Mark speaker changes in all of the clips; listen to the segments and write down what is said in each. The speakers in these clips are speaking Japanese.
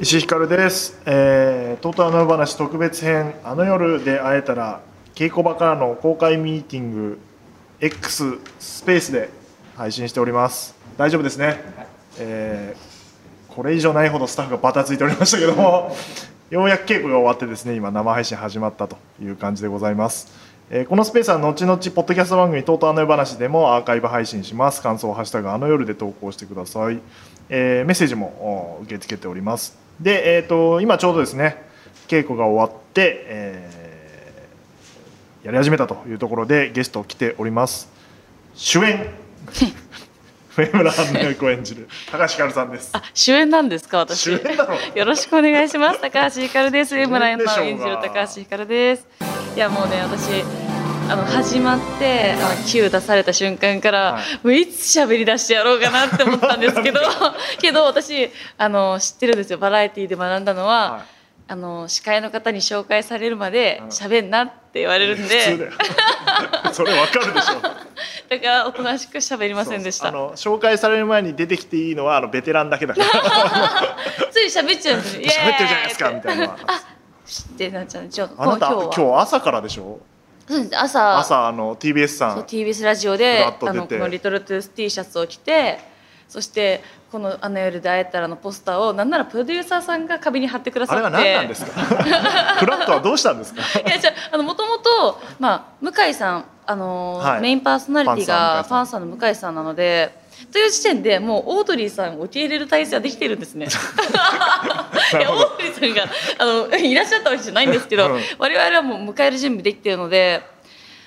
Speaker 1: 石井ひかるです、えー、とうとうあの話特別編「あの夜で会えたら稽古場からの公開ミーティング X スペース」で配信しております大丈夫ですね、えーこれ以上ないほどスタッフがバタついておりましたけども ようやく稽古が終わってですね今生配信始まったという感じでございます、えーこのスペースは後々ポッドキャスト番組「とうとうあの夜話」でもアーカイブ配信します感想を「ハッシュタグあの夜」で投稿してください、えーメッセージもお受け付けておりますで、えー、と今ちょうどですね稽古が終わって、えーやり始めたというところでゲスト来ております主演上村半之役を演じる高橋ひかるさんです
Speaker 2: あ、主演なんですか、私。
Speaker 1: 主演だろ
Speaker 2: よろしくお願いします。高橋ひかるです。エムライン演じる
Speaker 1: どうでしょうが
Speaker 2: 高橋ひかるです。いや、もうね、私。あの始まって、あの Q 出された瞬間から、
Speaker 1: はい
Speaker 2: い、もういつ喋り出してやろうかなって思ったんです けどけど私あの知ってるんですよバラエティで学んだのは、
Speaker 1: はい
Speaker 2: あの司会の方に紹介されるまで
Speaker 1: うん
Speaker 2: 喋んなって言われるん
Speaker 1: 普通だ
Speaker 2: で
Speaker 1: よ それわかるでしょ
Speaker 2: だからおとなしく喋りませんでし
Speaker 1: そ
Speaker 2: た
Speaker 1: うそうあの紹介される前に出てきていいのはあのベテランだけ だから
Speaker 2: つい喋っちゃうんですよ
Speaker 1: 喋ってるじゃないですかみたいな
Speaker 2: 知ってなっちゃうんですよ
Speaker 1: あなた
Speaker 2: 今日
Speaker 1: 今
Speaker 2: は
Speaker 1: 日朝からでしょ
Speaker 2: そうです朝
Speaker 1: 朝あの TBS さ
Speaker 2: そうん TBS ラジオ
Speaker 1: ふ
Speaker 2: で
Speaker 1: らっと
Speaker 2: あ
Speaker 1: 出て
Speaker 2: のこのリトルトゥース T シャツを着てそしてこの「あの夜で会えたら」のポスターをなんならプロデューサーさんが壁に貼ってくださ
Speaker 1: あ
Speaker 2: っ
Speaker 1: れ
Speaker 2: て
Speaker 1: は何なん ですかフラットはどうしたんですか
Speaker 2: いやじゃああのもともとまあ向井さんあのー
Speaker 1: はい
Speaker 2: メインパーソナリティが
Speaker 1: パ
Speaker 2: パ
Speaker 1: ン
Speaker 2: ンサーの向井さんなのでという時点でもうオードリーさんを受け入れる体制はできているんで すね。いやオードリーさんがあの いらっしゃったわけじゃないんですけ
Speaker 1: う
Speaker 2: ど、
Speaker 1: ん
Speaker 2: 我々はもう迎える準備できているので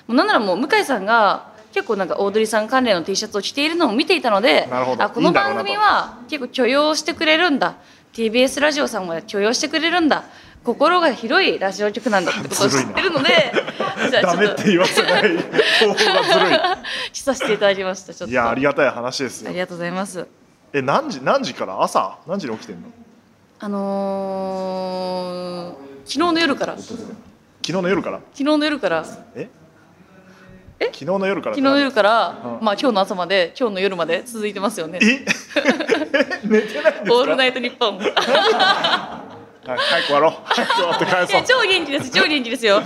Speaker 2: もうなんならもう向井さんが結構なんかオードリーさん関連の T シャツを着ているのを見ていたので
Speaker 1: なるほど
Speaker 2: あこの
Speaker 1: いいんだろうな
Speaker 2: 番
Speaker 1: と
Speaker 2: 組は結構許容してくれるんだ TBS ラジオさんは許容してくれるんだ心が広いラジオ局なんだってことを知ってるので じゃ
Speaker 1: ダ
Speaker 2: あち
Speaker 1: メ
Speaker 2: ょ
Speaker 1: っ
Speaker 2: っと
Speaker 1: て 言わせない方法がずるい
Speaker 2: 着させていただきましたちょ っと
Speaker 1: いやありがたい話です
Speaker 2: あ
Speaker 1: よ
Speaker 2: り。がとうございます
Speaker 1: え何時何時から朝何時に起きてんの？
Speaker 2: あのー、昨日の夜から昨
Speaker 1: 昨日の夜から？
Speaker 2: 日の夜から
Speaker 1: え？
Speaker 2: え
Speaker 1: 昨日の夜から？
Speaker 2: 昨日の夜
Speaker 1: か
Speaker 2: から、
Speaker 1: うん
Speaker 2: まあ今日の朝まで今日の夜まで続いてますよね。
Speaker 1: え？ 寝てないんですか？
Speaker 2: オールナ
Speaker 1: イ
Speaker 2: イトニッポン。い
Speaker 1: ト。はい、早く終わろう。早く終わって帰そ
Speaker 2: や
Speaker 1: う。
Speaker 2: 超元気です超元気ですよ。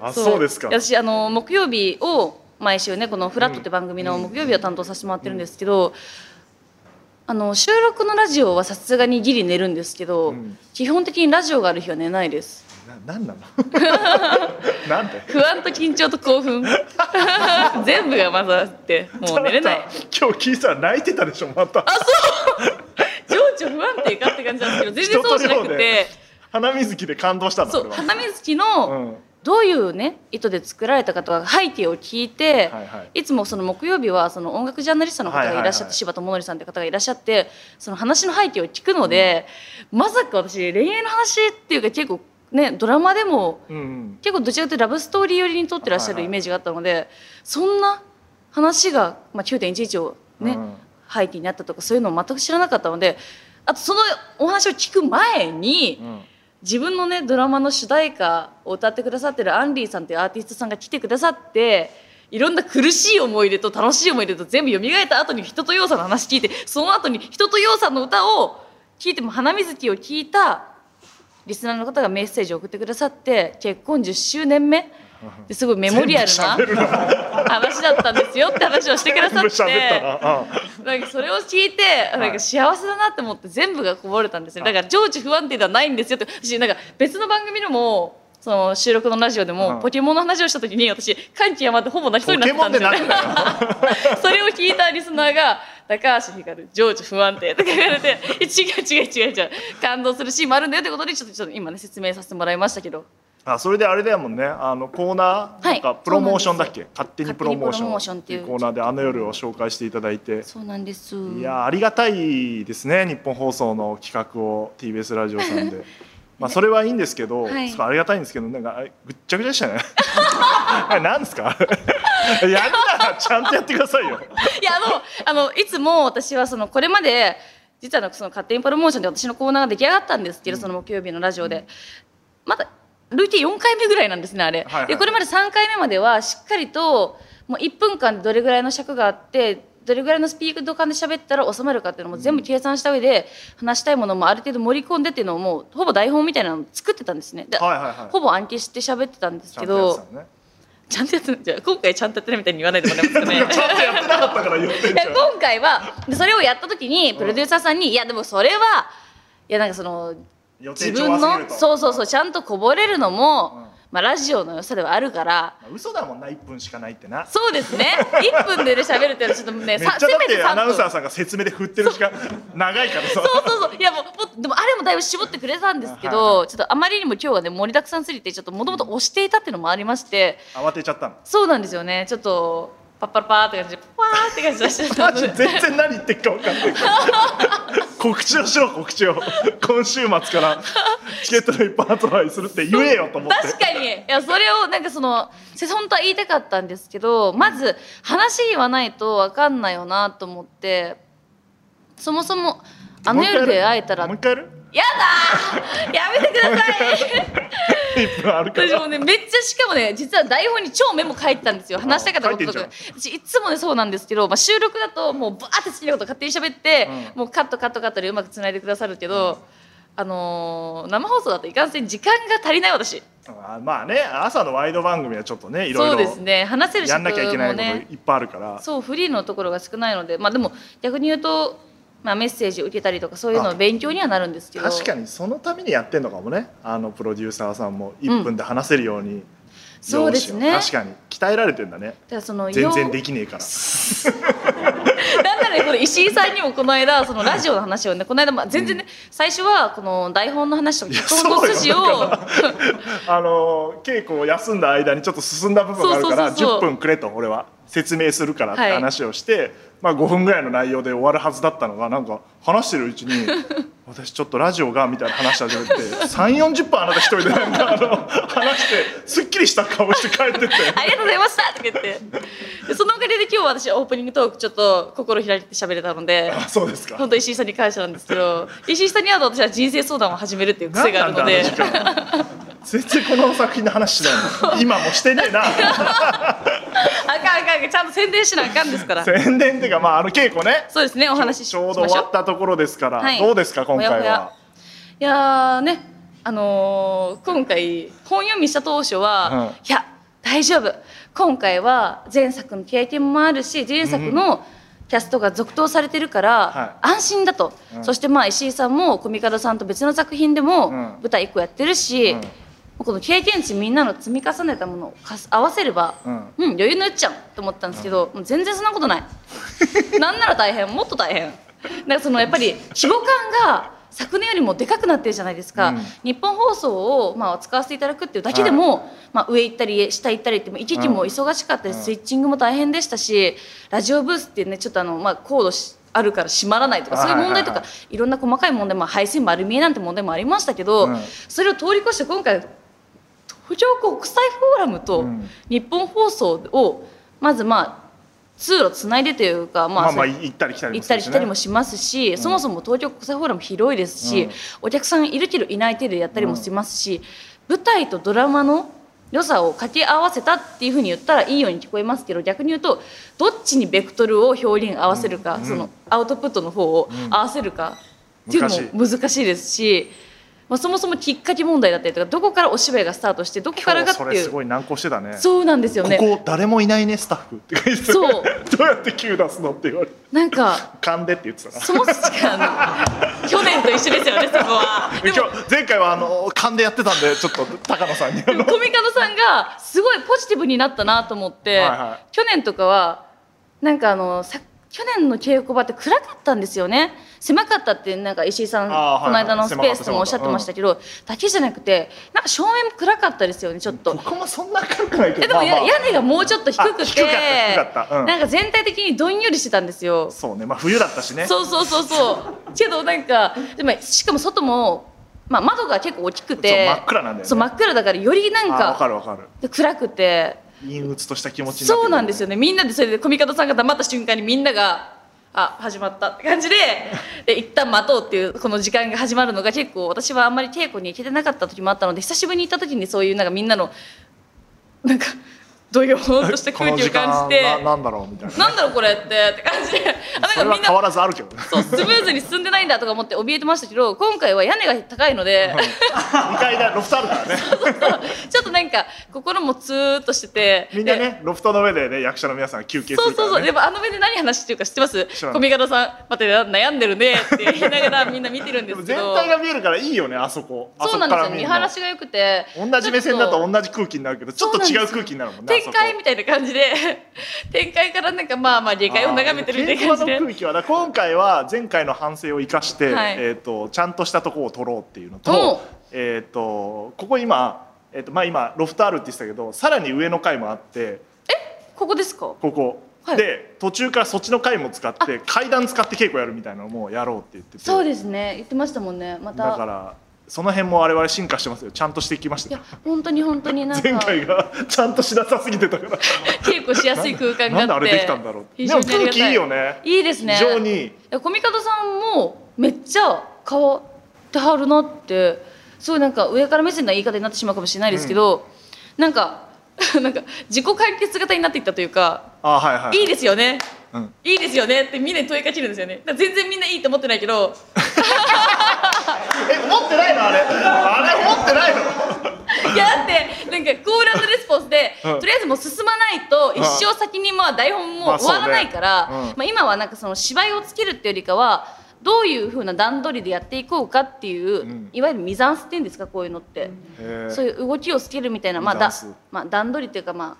Speaker 1: あそうですか。
Speaker 2: 私あの木曜日を毎週ねこのフラットって番組の木曜日を担当させてもらってるんですけど、あの収録のラジオはさすがにギリ寝るんですけど、
Speaker 1: ん
Speaker 2: 基本的にラジオがある日は寝ないです。
Speaker 1: な なんなの？なんで？
Speaker 2: 不安と緊張と興奮 全部が混ざってもう寝れない
Speaker 1: あ。た今日聞いたら泣いてたでしょまた。
Speaker 2: 情緒不安定かって感じなんですけど全然そうじゃな
Speaker 1: 人
Speaker 2: く
Speaker 1: と量
Speaker 2: て
Speaker 1: で。花水木で感動したの。
Speaker 2: そう
Speaker 1: 俺は
Speaker 2: 花水木の
Speaker 1: うん。
Speaker 2: どういうね糸で作られたかとか背景を聞いて、、
Speaker 1: はいはい
Speaker 2: つもその木曜日はその音楽ジャーナリストの方がいらっしゃっ
Speaker 1: はいは
Speaker 2: て、
Speaker 1: いはい
Speaker 2: 柴田智則さんって方がいらっしゃってその話の背景を聞くので、まさか私恋愛の話っていうか結構ねドラマでも
Speaker 1: うんうん。
Speaker 2: 結構どちらかというとラブストーリー寄りに撮ってらっし
Speaker 1: は
Speaker 2: ゃ
Speaker 1: い
Speaker 2: る
Speaker 1: はい
Speaker 2: イメージがあったので、そんな話が、まあ、9.11をね、
Speaker 1: うん
Speaker 2: 背景になったとかそういうのを全く知らなかったのであとそのお話を聞く前に。
Speaker 1: うん。
Speaker 2: 自分のねドラマの主題歌を歌ってくださってるアンリーさんっていうアーティストさんが来てくださっていろんな苦しい思い出と楽しい思い出と全部蘇った後に人とようさんの話聞いてその後に人とようさんの歌を聞いても花水木を聞いたリスナーの方がメッセージを送ってくださって結婚10周年目ですごいメモリアル
Speaker 1: 全部喋る
Speaker 2: な話だったんですよって話をしてくださ
Speaker 1: 全
Speaker 2: っ
Speaker 1: 部
Speaker 2: て
Speaker 1: 喋ったな。うん
Speaker 2: なんかそれを聞いて、
Speaker 1: い
Speaker 2: なんか幸せだなって思って全部がこぼれたんですね。
Speaker 1: はい
Speaker 2: だから情緒不安定ではないんですよって、私なんか別の番組でも。その収録のラジオで
Speaker 1: うん
Speaker 2: もポケモンの話をした時に私歓喜山ってほぼ泣きそうになってたんですよね
Speaker 1: ポケモンで
Speaker 2: それを聞いたリスナーが「高橋ひかる情緒不安定」って書かれて「違う違う違う違う感動するシーンもあるんだよ」ってことにちょっとちょっと今ね説明させてもらいましたけど
Speaker 1: あそれであれだもんねあのコーナー
Speaker 2: は
Speaker 1: ないんかプロモーションだっけ、勝手にプロモーシ
Speaker 2: 勝手にプロモーシ
Speaker 1: ョ
Speaker 2: ョ
Speaker 1: ン
Speaker 2: ン
Speaker 1: っ
Speaker 2: ってて
Speaker 1: い
Speaker 2: いうう
Speaker 1: コーナーであの夜を紹介していただいて、
Speaker 2: そうなんです
Speaker 1: いやーありがたいですね日本放送の企画を TBS ラジオさん でまあそれはいいんですけど、
Speaker 2: はい
Speaker 1: すごいありがたいんですけどなんかあれぐっちゃぐちゃでしたね あれなんですか あれやる ならちゃんとやってくださいよ
Speaker 2: いやあのあのいつも私はそのこれまで実はなんかその勝手にプロモーションで私のコーナーが出来上がったんですけど、その木曜日のラジオで、まだ累計4回目ぐらいなんですねあれ、
Speaker 1: はいはい
Speaker 2: でこれまで3回目まではしっかりともう1分間でどれぐらいの尺があってどれぐらいのスピード感で喋ったら収まるかっていうのも全部計算した上で話したいものもある程度盛り込んでっていうのをもうほぼ台本みたいなのを作ってたんですね、で
Speaker 1: はいはいはい
Speaker 2: ほぼ暗記して喋ってたんです
Speaker 1: ちゃ
Speaker 2: け
Speaker 1: んとやっ
Speaker 2: ど
Speaker 1: てたのね
Speaker 2: ちゃんとやってじゃあ今回ちゃんとやってないみたいに言わないでもらえますかね
Speaker 1: ち ゃんとやってなかったから言ってん
Speaker 2: い
Speaker 1: じ
Speaker 2: や
Speaker 1: ゃん
Speaker 2: 今回はでそれをやった時にプロデューサーさんに「いやでもそれはいやなんかその
Speaker 1: 予定
Speaker 2: 自
Speaker 1: 調和
Speaker 2: 分
Speaker 1: すぎる
Speaker 2: の
Speaker 1: と
Speaker 2: そうそうそうちゃんとこぼれるのも、
Speaker 1: うん
Speaker 2: まあ、ラジオの良さではあるから
Speaker 1: まあ嘘だもんな1分しかないってな
Speaker 2: そうで すね1分で喋るっていうのはちょっと
Speaker 1: め
Speaker 2: ね
Speaker 1: っちゃだ
Speaker 2: させ
Speaker 1: っ
Speaker 2: めて
Speaker 1: てア
Speaker 2: 3
Speaker 1: ナウン
Speaker 2: 分
Speaker 1: サーさんが説明で振ってる時間長いからさ
Speaker 2: そうそうそういやもうもうでもあれもだいぶ絞ってくれたんですけど、
Speaker 1: はい
Speaker 2: ちょっとあまりにも今日はね盛りだくさんすぎてちょっともともと押していたっていうのもありまして
Speaker 1: 慌てちゃったの
Speaker 2: そうなんですよねちょっとパッパラパーって感じでパーって感じでしてた
Speaker 1: マ
Speaker 2: の
Speaker 1: ジ
Speaker 2: で
Speaker 1: 全然何言ってっか分かんない告知をしろ告知を今週末からチケットの一般発売するって言えよと思って
Speaker 2: 確かにいやそれをなんかそのせ本当は言いたかったんですけどまず話言わないと分かんないよなと思ってそもそも「あの夜で会えたら」
Speaker 1: もう
Speaker 2: や
Speaker 1: 一回やる
Speaker 2: だー やめてください
Speaker 1: 1分あ るか
Speaker 2: 私
Speaker 1: ら
Speaker 2: もねめっちゃしかもね実は台本に超メモ書いてたんですよ話したかったことと
Speaker 1: 書い
Speaker 2: か
Speaker 1: て
Speaker 2: 私いつもねそうなんですけど、まあ、収録だともうバーって好きなこと勝手に喋って、
Speaker 1: う
Speaker 2: もうカットカットカットでうまくつないでくださるけど、あのー生放送だといかんせん時間が足りない私
Speaker 1: あまあね朝のワイド番組はちょっとねいろ
Speaker 2: そう
Speaker 1: い
Speaker 2: です
Speaker 1: ろ
Speaker 2: ね話せる
Speaker 1: やんなきゃいけない
Speaker 2: 尺も
Speaker 1: こといっぱいあるから
Speaker 2: そうフリーのところが少ないのでまあでも逆に言うと、まあ、メッセージを受けたりとかそういうの
Speaker 1: あ
Speaker 2: は勉強にはなるんですけど
Speaker 1: 確かにそのためにやってんのかもねあのプロデューサーさんも1分で話せるように
Speaker 2: そうですね
Speaker 1: 用紙を確かに鍛えられてんだね
Speaker 2: だからその
Speaker 1: 全然
Speaker 2: よ
Speaker 1: できねえから
Speaker 2: なんならねこれ石井さんにもこの間そのラジオの話をねこの間まあ全然ね、最初はこの台本の話とか脚本の筋
Speaker 1: いや
Speaker 2: を
Speaker 1: そうよだあの稽古を休んだ間にちょっと進んだ部分があるから
Speaker 2: そうそうそうそ
Speaker 1: 10
Speaker 2: う
Speaker 1: 分くれと俺は説明するからって
Speaker 2: はい
Speaker 1: 話をして、まあ、5分ぐらいの内容で終わるはずだったのがなんか話してるうち に私ちょっとラジオがみたいな話し始めて3 4 0分あなた一人でなんかあの話してすっきりした顔して帰ってって。
Speaker 2: ありがとうございましたとか言ってでそのおかげで今日私オープニングトークちょっと心開いて喋れたので
Speaker 1: あそうですか
Speaker 2: 本当石井さんに感謝なんですけど石井さんに会うと私は人生相談を始めるっていう
Speaker 1: 何
Speaker 2: 癖があるので
Speaker 1: なんだあの時間全然この作品の話しないの今もしてねえな
Speaker 2: あかんあかんあかんちゃんと宣伝しなあかんですから
Speaker 1: 宣伝っていうかまああの稽古ね
Speaker 2: そうですねお話し
Speaker 1: ち
Speaker 2: しまし
Speaker 1: ょ
Speaker 2: ょ
Speaker 1: う
Speaker 2: う
Speaker 1: ど終わったところですから、
Speaker 2: はい
Speaker 1: どうですか今回は
Speaker 2: ほやほやいやーねあのー今回本読みした当初は、
Speaker 1: うん
Speaker 2: いや大丈夫今回は前作の経験もあるし前作のキャストが続投されてるから、安心だと、
Speaker 1: うん
Speaker 2: そしてまあ石井さんもコミカドさんと別の作品でも
Speaker 1: うん
Speaker 2: 舞台1個やってるし、
Speaker 1: うん
Speaker 2: この経験値みんなの積み重ねたものをかす合わせれば、
Speaker 1: う
Speaker 2: うんん余裕になっちゃうと思ったんですけど、もう全然そんなことないなんなら大変もっと大変なんかそのやっぱり規模感が昨年よりもでかくなってるじゃないですか、
Speaker 1: うん
Speaker 2: 日本放送をまあ使わせていただくっていうだけでも、まあ、上行ったり下行ったりっても行き来も忙しかったり、
Speaker 1: うん
Speaker 2: スイッチングも大変でしたしラジオブースってねちょっとあの、まあ、コードしあるから閉まらないとかそういう問題と
Speaker 1: はいはい
Speaker 2: か
Speaker 1: はい
Speaker 2: ろんな細かい問題、まあ、配線丸見えなんて問題もありましたけど、
Speaker 1: うん
Speaker 2: それを通り越して今回東京国際フォーラム
Speaker 1: う
Speaker 2: と
Speaker 1: ん
Speaker 2: 日本放送をまずまあ通路つないでというか、
Speaker 1: まあまあ
Speaker 2: それ
Speaker 1: 行ったり来たり
Speaker 2: 行
Speaker 1: も
Speaker 2: っ
Speaker 1: す
Speaker 2: た
Speaker 1: る
Speaker 2: り
Speaker 1: し
Speaker 2: 来
Speaker 1: ね
Speaker 2: たりもしますし、そもそも東京国際フォーラム広いですし、
Speaker 1: うん
Speaker 2: お客さんいるけどいない程度やったりもしますし、舞台とドラマの良さを掛け合わせたっていうふうに言ったらいいように聞こえますけど逆に言うとどっちにベクトルを表現合わせるか、
Speaker 1: うん
Speaker 2: そのアウトプットの方を合わせるかっていうのも難しいですし、まあ、そもそもきっかけ問題だったりとかどこからお芝居がスタートしてどこからが
Speaker 1: 今日
Speaker 2: っ
Speaker 1: そ
Speaker 2: てい
Speaker 1: れ
Speaker 2: う
Speaker 1: す
Speaker 2: そ
Speaker 1: ごい難航してたね
Speaker 2: うなんですよね。
Speaker 1: ここ誰もいないねスタッフって書いてた
Speaker 2: そう
Speaker 1: どうやって急出すのって言われて
Speaker 2: なんか
Speaker 1: 勘でって言ってたな
Speaker 2: そもそも去年と一緒ですよねそこは。
Speaker 1: 今日前回はあの勘でやってたんでちょっと高野さんにあの
Speaker 2: コミカドさんがすごいポジティブになったなと思って、
Speaker 1: はいはい
Speaker 2: 去年とかはなんかあのさ去年の稽古場って暗かったんですよね狭かったってなんか石井さん、
Speaker 1: あーはいはい
Speaker 2: この間のスペースでもおっしゃってましたけど、だけじゃなくてなんか照明も暗かったですよねちょっと。
Speaker 1: ここもそんな明るくないけど
Speaker 2: えでもや、
Speaker 1: まあまあ
Speaker 2: 屋根がもうちょっと低くて
Speaker 1: あ低かった低かったうん
Speaker 2: なんか全体的にどんよりしてたんですよ。
Speaker 1: そうねまあ冬だったしね
Speaker 2: そうそうそうそう。けどなんかでもしかも外もまあ窓が結構大きくて、
Speaker 1: そう真っ暗なんだよね
Speaker 2: そう真っ暗だからよりなん
Speaker 1: あわか
Speaker 2: か
Speaker 1: るわかる
Speaker 2: で暗くて、
Speaker 1: 陰鬱とした気持ちになってくる
Speaker 2: そうなんですよね。みんなでそれで小見方さんが黙った瞬間にみんながあ始まったって感じでで一旦待とうっていうこの時間が始まるのが結構私はあんまり稽古に行けてなかった時もあったので久しぶりに行った時にそういうなんかみんなのなんかどよーんとした
Speaker 1: こ
Speaker 2: 空
Speaker 1: の
Speaker 2: 気を
Speaker 1: 時
Speaker 2: 感
Speaker 1: 間
Speaker 2: じて
Speaker 1: ななんだろうみたいな
Speaker 2: なんだろうこれってって感じであなん
Speaker 1: そ
Speaker 2: か
Speaker 1: れは
Speaker 2: みんな
Speaker 1: 変わらずあるけどね
Speaker 2: そうスムーズに進んでないんだとか思って怯えてましたけど今回は屋根が高いので
Speaker 1: 2階だロフトあるからね
Speaker 2: ちょっとなんか心もツーっとしてて
Speaker 1: みんな
Speaker 2: で
Speaker 1: ねロフトの上でね役者の皆さん休憩す
Speaker 2: そう
Speaker 1: るか
Speaker 2: そうそ
Speaker 1: ら
Speaker 2: う、で
Speaker 1: ね
Speaker 2: もあの目で何話してるか知ってます
Speaker 1: 知らない
Speaker 2: 小見方さんまた悩んでるねって言いながらみんな見てるんで
Speaker 1: でも
Speaker 2: すけ
Speaker 1: 全
Speaker 2: ど
Speaker 1: 体が見えるからいいよねあそこあ
Speaker 2: そ
Speaker 1: そうこ
Speaker 2: なんで
Speaker 1: から
Speaker 2: すよ
Speaker 1: 見
Speaker 2: 見
Speaker 1: る
Speaker 2: 晴ら
Speaker 1: の
Speaker 2: しが良くて
Speaker 1: 同じ目線だ
Speaker 2: ちょ
Speaker 1: と
Speaker 2: っ
Speaker 1: 同じ空気になるけどちょっと違う空気になるもんねあそ
Speaker 2: 展
Speaker 1: こ
Speaker 2: 開みたいな感じで 展開からなんかまあまあ理解を眺めてるみたいな感じ
Speaker 1: あー稽古場
Speaker 2: で
Speaker 1: の空気はだから今回は前回の反省を生かして、
Speaker 2: はい
Speaker 1: えー、とちゃんとしたところを取ろうっていうの
Speaker 2: おう
Speaker 1: と,、えー、とここ今、えーとまあ、今ロフトあるって言ってたけどさらに上の階もあって
Speaker 2: ここですか
Speaker 1: ここ、
Speaker 2: はい
Speaker 1: で途中からそっちの階も使って階段使って稽古やるみたいなのもやろうって言ってて
Speaker 2: そうですね言ってましたもんねまた
Speaker 1: だからその辺も我々進化してますよちゃんとしてきまし
Speaker 2: い
Speaker 1: た
Speaker 2: や本当に本当にな んか
Speaker 1: 前回がちゃんとしなさすぎてたから
Speaker 2: 稽古しやすい空間があって
Speaker 1: なん であれできたんだろうってで
Speaker 2: 非常
Speaker 1: も
Speaker 2: にあり
Speaker 1: 空
Speaker 2: が
Speaker 1: 気
Speaker 2: た
Speaker 1: いいよね
Speaker 2: いいですね
Speaker 1: 非常に
Speaker 2: いや小見方さんもめっちゃ変わってはるなってすごいなんか上から目線な言い方になってしまうかもしれないですけど、なんか なんか自己解決型になっていったというか
Speaker 1: あはいはい
Speaker 2: いいですよね
Speaker 1: うん
Speaker 2: いいですよねってみんなに問いかけるんですよねだから全然みんないいと思ってないけど
Speaker 1: え持ってないのあれあれ持ってないの
Speaker 2: いやだってなんかコールレスポンスで、
Speaker 1: うん
Speaker 2: とりあえずもう進まないと一生先にまあ台本
Speaker 1: ま
Speaker 2: も
Speaker 1: あ
Speaker 2: 終わらないから、
Speaker 1: そうねうん
Speaker 2: まあ、今はなんかその芝居をつけるっていうよりかはどういうふうな段取りでやっていこうかっていう、
Speaker 1: うん
Speaker 2: いわゆるミザンスっていうんですかこういうのって、
Speaker 1: へ
Speaker 2: そう
Speaker 1: ー
Speaker 2: いう動きをつけるみたいな、まあ、
Speaker 1: ミザ
Speaker 2: だ
Speaker 1: ンス
Speaker 2: まあ段取りっていうかま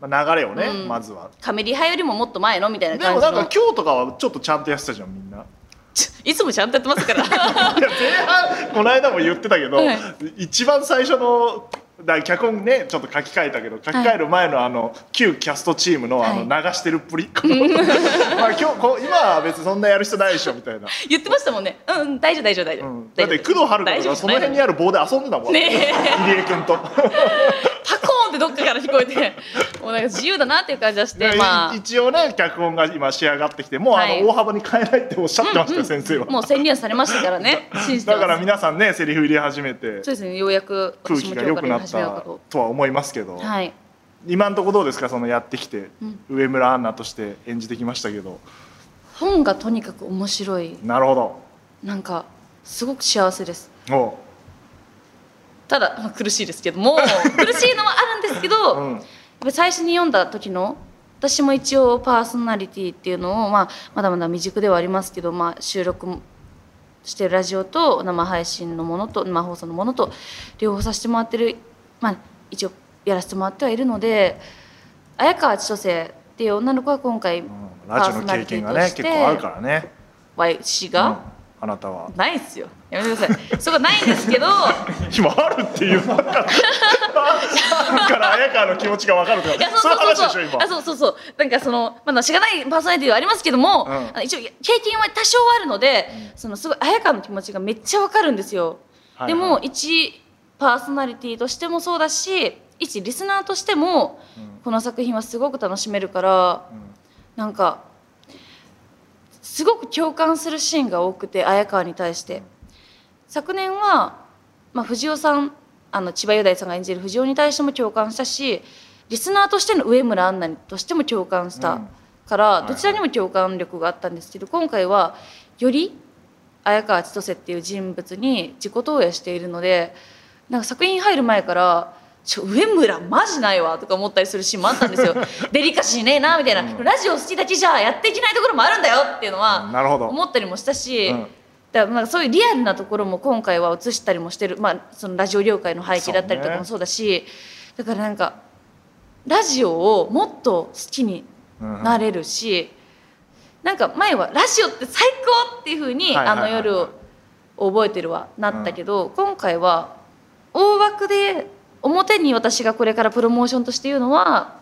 Speaker 2: あ
Speaker 1: まあ、流れをね、
Speaker 2: うん
Speaker 1: まずは
Speaker 2: カメリハよりももっと前のみたい
Speaker 1: で
Speaker 2: な感
Speaker 1: も
Speaker 2: じ
Speaker 1: なんか
Speaker 2: の
Speaker 1: 今日とかはちょっとちゃんとやってたじゃんみんな
Speaker 2: ちいつもちゃんとやってますか ら
Speaker 1: いや前半この間も言ってたけど、
Speaker 2: はい
Speaker 1: 一番最初のだ脚本ねちょっと書き換えたけど書き換える前のあの、旧キャストチームのあの
Speaker 2: は
Speaker 1: 流してるっぷり、 このまあ今日こ今は別にそんなやる人ないでしょみたいな、
Speaker 2: 言ってましたもんねうんうん大丈夫大丈夫大丈
Speaker 1: う
Speaker 2: 夫、
Speaker 1: ん、だって工藤春子とかその辺にあ
Speaker 2: る
Speaker 1: る棒で遊んでたもん、
Speaker 2: ねえ
Speaker 1: 入江君 と
Speaker 2: パコーンってどっかから聞こえてもうなんか自由だなっていう感じがして
Speaker 1: で
Speaker 2: まあ
Speaker 1: 一応ね脚本が今仕上がってきてもうあ
Speaker 2: はい
Speaker 1: の大幅に変えないっておっしゃってましたよ、先生は
Speaker 2: もう宣言されましたからね信じて
Speaker 1: だ
Speaker 2: ます
Speaker 1: から皆さんねセリフ入れ始めて
Speaker 2: そうですねようやく
Speaker 1: 空
Speaker 2: 私
Speaker 1: 気
Speaker 2: も
Speaker 1: が
Speaker 2: 今
Speaker 1: 良
Speaker 2: 日か
Speaker 1: く
Speaker 2: ら
Speaker 1: な
Speaker 2: 始
Speaker 1: っ
Speaker 2: めようか
Speaker 1: た
Speaker 2: と
Speaker 1: とは思いますけど、
Speaker 2: はい
Speaker 1: 今のところどうですかそのやってきて、
Speaker 2: うん
Speaker 1: 上村アンナとして演じてきましたけど
Speaker 2: 本がとにかく面白い
Speaker 1: なるほど
Speaker 2: なんかすごく幸せです
Speaker 1: お
Speaker 2: ただ、まあ、苦しいですけ ども苦しいのはあるんですけど、
Speaker 1: う、う
Speaker 2: やっ
Speaker 1: ん、
Speaker 2: ぱり最初に読んだ時の私も一応パーソナリティっていうのを、まあ、まだまだ未熟ではありますけど、まあ、収録もしてるラジオと生配信のものと生放送のものと両方させてもらってる、まあ、一応やらせてもらってはいるので綾川千歳っていう女の子は今回
Speaker 1: うんラジオの経験がね結構あるからね、
Speaker 2: 私
Speaker 1: うん、
Speaker 2: が、
Speaker 1: あなたは
Speaker 2: ないっすよやめてくださいそこないんですけど
Speaker 1: 今あるっていうなんかだから綾川の気持ちが分かると
Speaker 2: いや
Speaker 1: か
Speaker 2: そ
Speaker 1: そういう
Speaker 2: うそ
Speaker 1: 話でしょ
Speaker 2: うそうそ
Speaker 1: 今
Speaker 2: うあそうそうそうなんかそのまだしがないパーソナリティではありますけども、
Speaker 1: うん
Speaker 2: あの一応経験は多少あるので、そのすごい綾川の気持ちがめっちゃわかるんですよ、
Speaker 1: はい
Speaker 2: で
Speaker 1: は
Speaker 2: も
Speaker 1: い
Speaker 2: 一パーソナリティとしてもそうだし一リスナーとしても、
Speaker 1: うん
Speaker 2: この作品はすごく楽しめるから
Speaker 1: うん
Speaker 2: なんかすごく共感するシーンが多くて綾川に対して昨年は、まあ、藤尾さんあの千葉雄大さんが演じる藤尾に対しても共感したしリスナーとしての上村アンナにとしても共感し
Speaker 1: う
Speaker 2: た
Speaker 1: ん
Speaker 2: から、
Speaker 1: いはい
Speaker 2: どちらにも共感力があったんですけど今回はより綾川千歳っていう人物に自己投影しているのでなんか作品入る前から「ちょ上村マジないわ」とか思ったりするシーンもあったんですよデリカシーねえなみたいな、ラジオ好きだけじゃやっていけないところもあるんだよっていうのは、
Speaker 1: うんなるほど
Speaker 2: 思ったりもしたし、
Speaker 1: うん
Speaker 2: だからなんかそういうリアルなところも今回は映したりもしてる、まあ、そのラジオ業界の背景だったりとかもそうだし、だからなんかラジオをもっと好きになれるし、なんか前はラジオって最高っていう風
Speaker 1: は
Speaker 2: に
Speaker 1: いは
Speaker 2: あ
Speaker 1: いは
Speaker 2: の
Speaker 1: いはい
Speaker 2: 夜を覚えてるはなったけど、今回は大枠で表に私がこれからプロモーションとして言うの は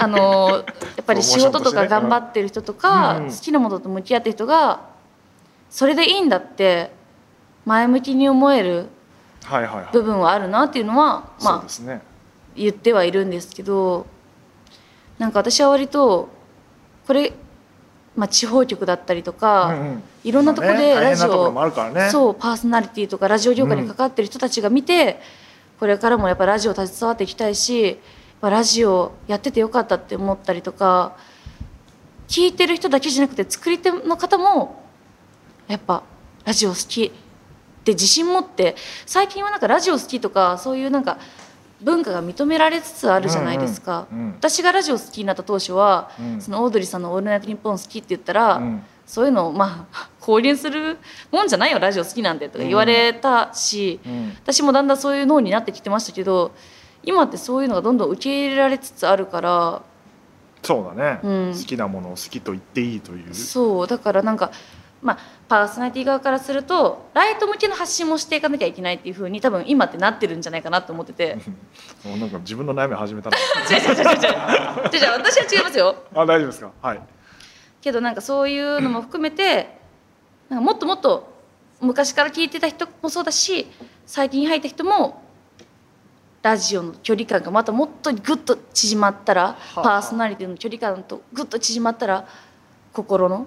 Speaker 2: あのやっぱり仕事とか頑張ってる人とか、
Speaker 1: うん
Speaker 2: 好きなものと向き合ってる人がそれでいいんだって前向きに思える
Speaker 1: はいはいはい、
Speaker 2: 部分はあるなっていうのはま
Speaker 1: そう
Speaker 2: あ
Speaker 1: ですね
Speaker 2: 言ってはいるんですけどなんか私は割とこれまあ、地方局だったりとか、
Speaker 1: うんうん
Speaker 2: いろんなところ
Speaker 1: まあね
Speaker 2: でラ
Speaker 1: 大変
Speaker 2: ジ
Speaker 1: なとこ
Speaker 2: オ、
Speaker 1: ろもあるからね
Speaker 2: そうパーソナリティとかラジオ業界に関わってる人たちが見て、これからもやっぱラジオ携わっていきたいしやっぱラジオやっててよかったって思ったりとか聞いてる人だけじゃなくて作り手の方もやっぱラジオ好きって自信持って最近はなんかラジオ好きとかそういうなんか文化が認められつつあるじゃないですか。
Speaker 1: うんうんうん
Speaker 2: 私がラジオ好きになった当初は、
Speaker 1: うん
Speaker 2: そのオードリーさんの「オールナイトニッポン」好きって言ったら、
Speaker 1: うん
Speaker 2: そういうのをまあ 公言するもんじゃないよラジオ好きなんてとか言われたし、
Speaker 1: うん
Speaker 2: 私もだんだんそういう脳になってきてましたけど今ってそういうのがどんどん受け入れられつつあるから
Speaker 1: そうだね、
Speaker 2: うん
Speaker 1: 好きなものを好きと言っていいという
Speaker 2: そうだからなんか、まあ、パーソナリティ側からするとライト向けの発信もしていかなきゃいけないっていうふうに多分今ってなってるんじゃないかなと思っ てて
Speaker 1: もうなんか自分の悩み始めたの
Speaker 2: 違う違う違う違う違う違う私は違いますよ
Speaker 1: あ大丈夫ですかはい
Speaker 2: けどなんかそういうのも含めてなんかもっともっと昔から聞いてた人もそうだし最近入った人もラジオの距離感がまたもっとグッと縮まったら
Speaker 1: あはあ
Speaker 2: パーソナリティの距離感とグッと縮まったら心の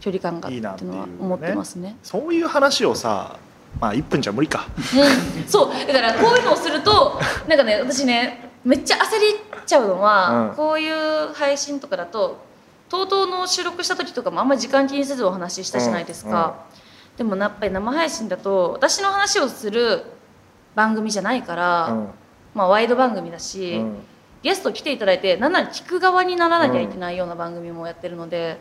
Speaker 2: 距離感がって
Speaker 1: い
Speaker 2: い
Speaker 1: いうなっていう
Speaker 2: の
Speaker 1: ね
Speaker 2: は思ってますね。
Speaker 1: そういう話をさまあ1分じゃ無理か
Speaker 2: うん そうだからこういうのをするとなんかね私ねめっちゃ焦りちゃうのは、
Speaker 1: うん
Speaker 2: こういう配信とかだと TOTO の収録した時とかもあんまり時間気にせずお話ししたじゃないですか、でもなやっぱり生配信だと私の話をする番組じゃないから、
Speaker 1: うん
Speaker 2: まあ、ワイド番組だし、
Speaker 1: うん
Speaker 2: ゲスト来ていただいてなんなら聞く側にならなきゃいけないような番組もやってるので、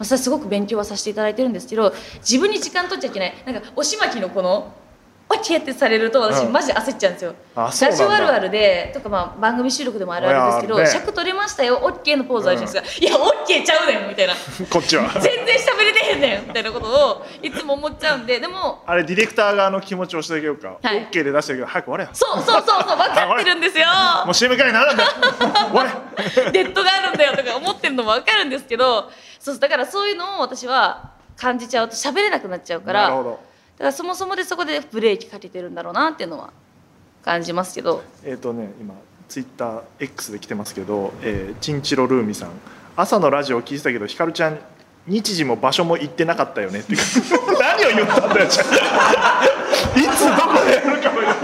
Speaker 2: まあ、それはすごく勉強はさせていただいてるんですけど自分に時間取っちゃいけないなんかおしまきのこの「オッケー」ってされると私
Speaker 1: うん
Speaker 2: マジで焦っちゃうんですよ。
Speaker 1: あそうなん
Speaker 2: ラジ
Speaker 1: だ
Speaker 2: オあるあるでとか、まあ、番組収録でもあるあるですけ
Speaker 1: い
Speaker 2: ど
Speaker 1: や
Speaker 2: 「
Speaker 1: あるね
Speaker 2: 尺取れましたよオッケー」のポーズあるじゃないですか「いやオッケーちゃうねん」みたいな「
Speaker 1: こっち は
Speaker 2: 全然喋れてへんねん」みたいなことをいつも思っちゃうんででも
Speaker 1: あれディレクター側の気持ちをしてあげようか、
Speaker 2: はい
Speaker 1: OK で出してあげよう早く終われよ
Speaker 2: そうそうそうそう分かってる んですよ。
Speaker 1: もう CM 会にな るんだよ終われ
Speaker 2: デッドがあるんだよとか思ってるのも分かるんですけどそうだからそういうのを私は感じちゃうと喋れなくなっちゃうから
Speaker 1: なる
Speaker 2: だ
Speaker 1: ほ
Speaker 2: か
Speaker 1: ど
Speaker 2: らそもそもでそこでブレーキかけてるんだろうなっていうのは感じます けど
Speaker 1: えっ、とね今ツイッター X で来てますけど、えーチンチロルーミさん朝のラジオ聞いてたけどひかるちゃん日時も場所も行ってなかったよねって何を言ったんだよちゃんいつどこでやるかもフォーラ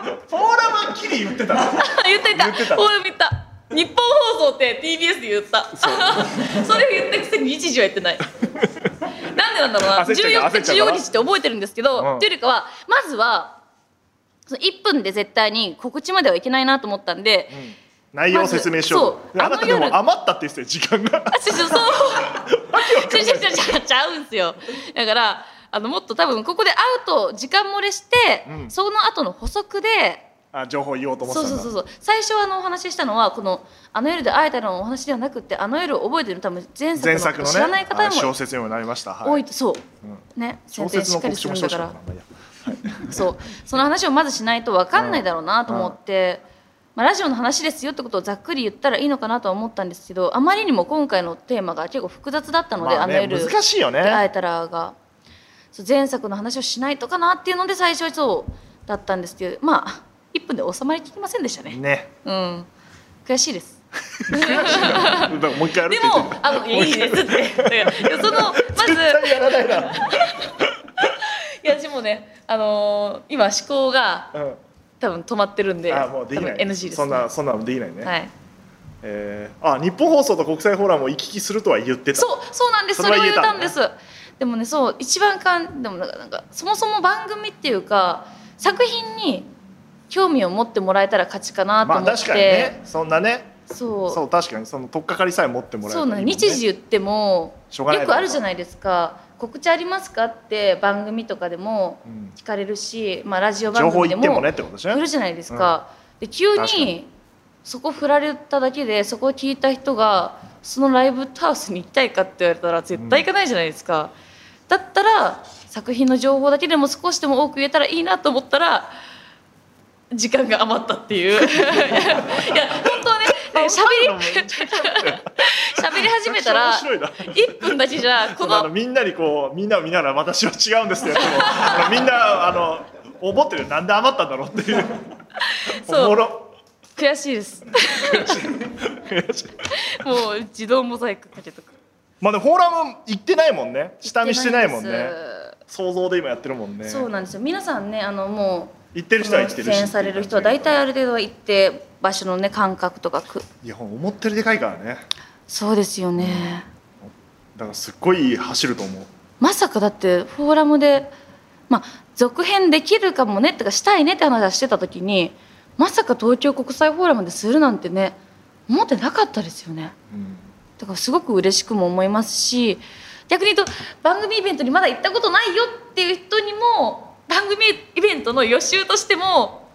Speaker 1: ムはっきり言ってたの
Speaker 2: あ言ってた
Speaker 1: 言ってた
Speaker 2: ほら見た日本放送って TBS で 言ったそれを言ったくせに日時は言ってないなんでなんだろうな
Speaker 1: 焦っちゃう
Speaker 2: 14
Speaker 1: から
Speaker 2: 日
Speaker 1: 焦っちゃうか
Speaker 2: 14
Speaker 1: ら
Speaker 2: 日って覚えてるんですけど、
Speaker 1: うん
Speaker 2: というよりかはまずはその1分で絶対に告知まではいけないなと思ったんで、
Speaker 1: 内容を説明しよう,、
Speaker 2: まずそう
Speaker 1: あなたで
Speaker 2: あの
Speaker 1: も
Speaker 2: 夜
Speaker 1: 余ったって言ってたよ時間が
Speaker 2: あ、ちょちょ、そう。ちょちょちょちょちゃうんすよ。だから、あの、もっと多分、ここで会うと、時間漏れして、
Speaker 1: うん
Speaker 2: その後の補足で、
Speaker 1: あ情報言おうと思って
Speaker 2: そう
Speaker 1: たんだ
Speaker 2: そうそうそう最初はあのお話ししたのはこの「あの夜で会えた」のお話ではなくてあの夜を覚えてる多分前作の
Speaker 1: 前作のね
Speaker 2: 知らない方
Speaker 1: あ小
Speaker 2: も
Speaker 1: 説にもなりました、は
Speaker 2: 多
Speaker 1: い
Speaker 2: いと、そう
Speaker 1: うん
Speaker 2: ね
Speaker 1: 小
Speaker 2: 宣伝
Speaker 1: 説
Speaker 2: し
Speaker 1: の
Speaker 2: っか
Speaker 1: 告
Speaker 2: りす
Speaker 1: 知
Speaker 2: る
Speaker 1: も
Speaker 2: ん
Speaker 1: しまし
Speaker 2: だか
Speaker 1: たかららまあいいや
Speaker 2: そうその話をまずしないと分かんないだろうなと思って、まあ、ラジオの話ですよってことをざっくり言ったらいいのかなとは思ったんですけどあまりにも今回のテーマが結構複雑だったので、
Speaker 1: まあ
Speaker 2: あの
Speaker 1: ね
Speaker 2: 夜
Speaker 1: 難しいよね
Speaker 2: で会えたらがそう前作の話をしないとかなっていうので最初はそうだったんですけどまあ1分で収まりきりませんでしたね
Speaker 1: ね
Speaker 2: うん悔しいです
Speaker 1: だからもう一回やるっ
Speaker 2: で
Speaker 1: て
Speaker 2: も
Speaker 1: 言ってた
Speaker 2: あのいやい いですってだからそのまず
Speaker 1: 絶対やらないな、
Speaker 2: いや私もねあのー今思考が
Speaker 1: うん
Speaker 2: 多分止まってるんで
Speaker 1: あもうできない
Speaker 2: 多分 NG です、ね、
Speaker 1: そんなそんなのできないね、
Speaker 2: はい
Speaker 1: えーあ日本放送と国際フォーラムを行き来するとは言ってた
Speaker 2: そうそうなんです
Speaker 1: そ
Speaker 2: そ
Speaker 1: れ
Speaker 2: れ
Speaker 1: は
Speaker 2: を
Speaker 1: 言
Speaker 2: 言
Speaker 1: え
Speaker 2: え
Speaker 1: た
Speaker 2: た
Speaker 1: の
Speaker 2: ん
Speaker 1: ね
Speaker 2: ですでもねそう一番かんでもなんかなんかそもそも番組っていうか作品に興味を持ってもらえたら勝ちかなと
Speaker 1: ま
Speaker 2: 思
Speaker 1: あ
Speaker 2: って、
Speaker 1: 確かにねそんなね
Speaker 2: そう
Speaker 1: そう確かにその取っかかりさえ持ってもらえ
Speaker 2: そう
Speaker 1: た
Speaker 2: な
Speaker 1: ら
Speaker 2: の
Speaker 1: いいもんね
Speaker 2: 日時言っても
Speaker 1: しょうがない
Speaker 2: よくあるじゃないですか告知ありますかって番組とかでも
Speaker 1: うん
Speaker 2: 聞かれるし、まあ、ラジオ
Speaker 1: 情
Speaker 2: 番
Speaker 1: 報
Speaker 2: 組で
Speaker 1: 言っても
Speaker 2: も
Speaker 1: ねってことです
Speaker 2: 来
Speaker 1: ね
Speaker 2: るじゃないですか、で急
Speaker 1: 確かに
Speaker 2: にそこ振られただけでそこを聞いた人がそのライブハウスに行きたいかって言われたら絶対行かないじゃないですか、だったら作品の情報だけでも少しでも多く言えたらいいなと思ったら時間が余ったっていうい や本当はね喋り 喋り始めたら
Speaker 1: 面白いな
Speaker 2: 1分だけ じゃこ
Speaker 1: あの
Speaker 2: の
Speaker 1: みんなにこうみんなを見ながら私は違うんです ってやってもあのみんなあの思ってるよなんで余ったんだろうっていう
Speaker 2: そう
Speaker 1: おもろ
Speaker 2: 悔しいですもう自動モザイクかけとく
Speaker 1: まあでもフォーラム行ってないもんね下見してないもん
Speaker 2: 行って
Speaker 1: ね
Speaker 2: ないです
Speaker 1: 想像で今やってるもんね
Speaker 2: そうなんですよ皆さんねあのもう
Speaker 1: 行ってる人は行ってるし
Speaker 2: 出演される人は大体ある程度は行って場所のね感覚とかく
Speaker 1: いやほん思ったよりでかいからね
Speaker 2: そうですよね、
Speaker 1: だからすっごい走ると思う
Speaker 2: まさかだってフォーラムでまあ続編できるかもねってかしたいねって話はしてた時にまさか東京国際フォーラムでするなんてね思ってなかったですよね
Speaker 1: うん
Speaker 2: だからすごく嬉しくも思いますし逆に言うと番組イベントにまだ行ったことないよっていう人にも番組イベントの予習としても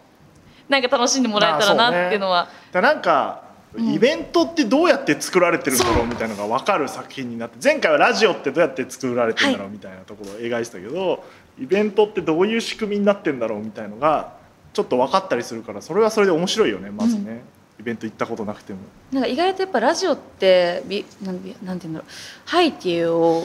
Speaker 2: なんか楽しんでもらえたら
Speaker 1: まあそうね
Speaker 2: なっていうのは、
Speaker 1: だからなんか、
Speaker 2: ん
Speaker 1: イベントってどうやって作られてるんだろうみたいなのが分かる作品になって前回はラジオってどうやって作られてるんだろうみたいなところを描いてたけど、イベントってどういう仕組みになってんだろうみたいのがちょっと分かったりするからそれはそれで面白いよねまずね、イベント行ったことなくても。
Speaker 2: なんか意外とやっぱラジオってびなんびなんて言うんだろう背景を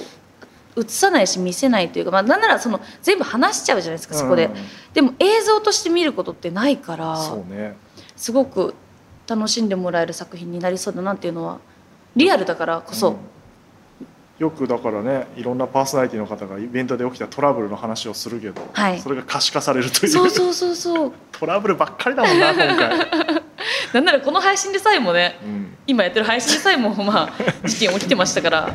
Speaker 2: 映さないし見せないというか、まあ、なんならその全部話しちゃうじゃないですかそこで、
Speaker 1: うん
Speaker 2: でも映像として見ることってないから
Speaker 1: そうね
Speaker 2: すごく楽しんでもらえる作品になりそうだなっていうのはリアルだからこそ、
Speaker 1: うんよくだからねいろんなパーソナリティの方がイベントで起きたトラブルの話をするけど、
Speaker 2: はい
Speaker 1: それが可視化されるという
Speaker 2: そうそうそうそう
Speaker 1: トラブルばっかりだもんな今 回、
Speaker 2: なんならこの配信でさえもね
Speaker 1: うん
Speaker 2: 今やってる配信でさえもま あ事件起きてましたから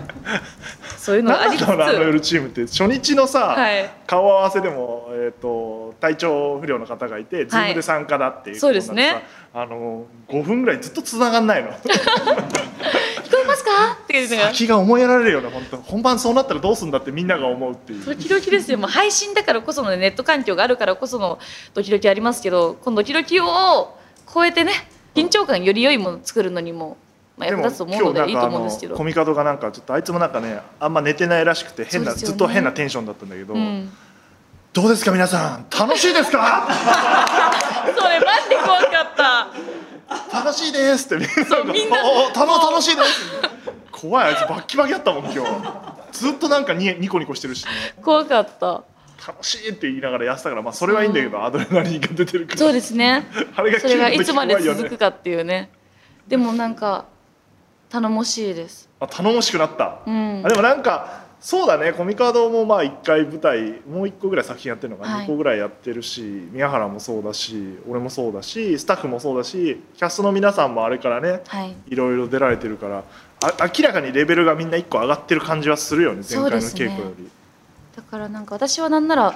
Speaker 2: そういうのがあ
Speaker 1: な
Speaker 2: り
Speaker 1: んだ
Speaker 2: つつ
Speaker 1: ろうなあの夜チームって初日のさ、
Speaker 2: はい
Speaker 1: 顔合わせでも、えー、と体調不良の方がいて、ズームで参加だっていう
Speaker 2: そうです
Speaker 1: ことに
Speaker 2: ね
Speaker 1: なってさあの5分ぐらいずっと繋がんない の
Speaker 2: 聞こえますかっていうのが
Speaker 1: 先が思いやられるよね本当本番そうなったらどうすんだってみんなが思うっていう
Speaker 2: 時々ですよ、まあ、配信だからこそのねネット環境があるからこそのドキドキありますけどこのドキドキを超えてね緊張感より良いものを作るのにも、まあ、
Speaker 1: で
Speaker 2: 役
Speaker 1: も
Speaker 2: 立つと思うの
Speaker 1: 今
Speaker 2: で
Speaker 1: 日
Speaker 2: いい
Speaker 1: なんか
Speaker 2: と
Speaker 1: あ
Speaker 2: 思うんですけ
Speaker 1: の
Speaker 2: ど
Speaker 1: コ。ミカドがなんかちょっとあいつもなんかねあんま寝てないらしくて変な、
Speaker 2: そうで
Speaker 1: ず
Speaker 2: すよね
Speaker 1: っと変なテンションだったんだけど、
Speaker 2: うん、
Speaker 1: どうですか皆さん楽しいですか
Speaker 2: それマジで怖かっ
Speaker 1: 楽しいですってみんな
Speaker 2: そうみんな
Speaker 1: おお楽楽しいです怖いあいつバッキバキだったもん今日ずっとなんかにニコニコしてるしね
Speaker 2: た怖かった
Speaker 1: 楽しいって言いながらやってたから、まあ、それはいいんだけど、アドレナリンが出てるから
Speaker 2: そうですね
Speaker 1: あれが
Speaker 2: それが
Speaker 1: 切れ
Speaker 2: い
Speaker 1: る
Speaker 2: つ
Speaker 1: 時
Speaker 2: まで
Speaker 1: 怖いよね
Speaker 2: 続くかっていうねでもなんか頼もしいです
Speaker 1: あ頼もしくなった、
Speaker 2: うん
Speaker 1: あでもなんかそうだねコミカードもまあ1回舞台もう1個ぐらい作品やってるのか、
Speaker 2: はい
Speaker 1: 2個ぐらいやってるし宮原もそうだし俺もそうだしスタッフもそうだしキャストの皆さんもあれからね
Speaker 2: はい
Speaker 1: いろいろ出られてるからあ明らかにレベルがみんな1個上がってる感じはするよね前回の稽古より、
Speaker 2: だからなんか私はなんなら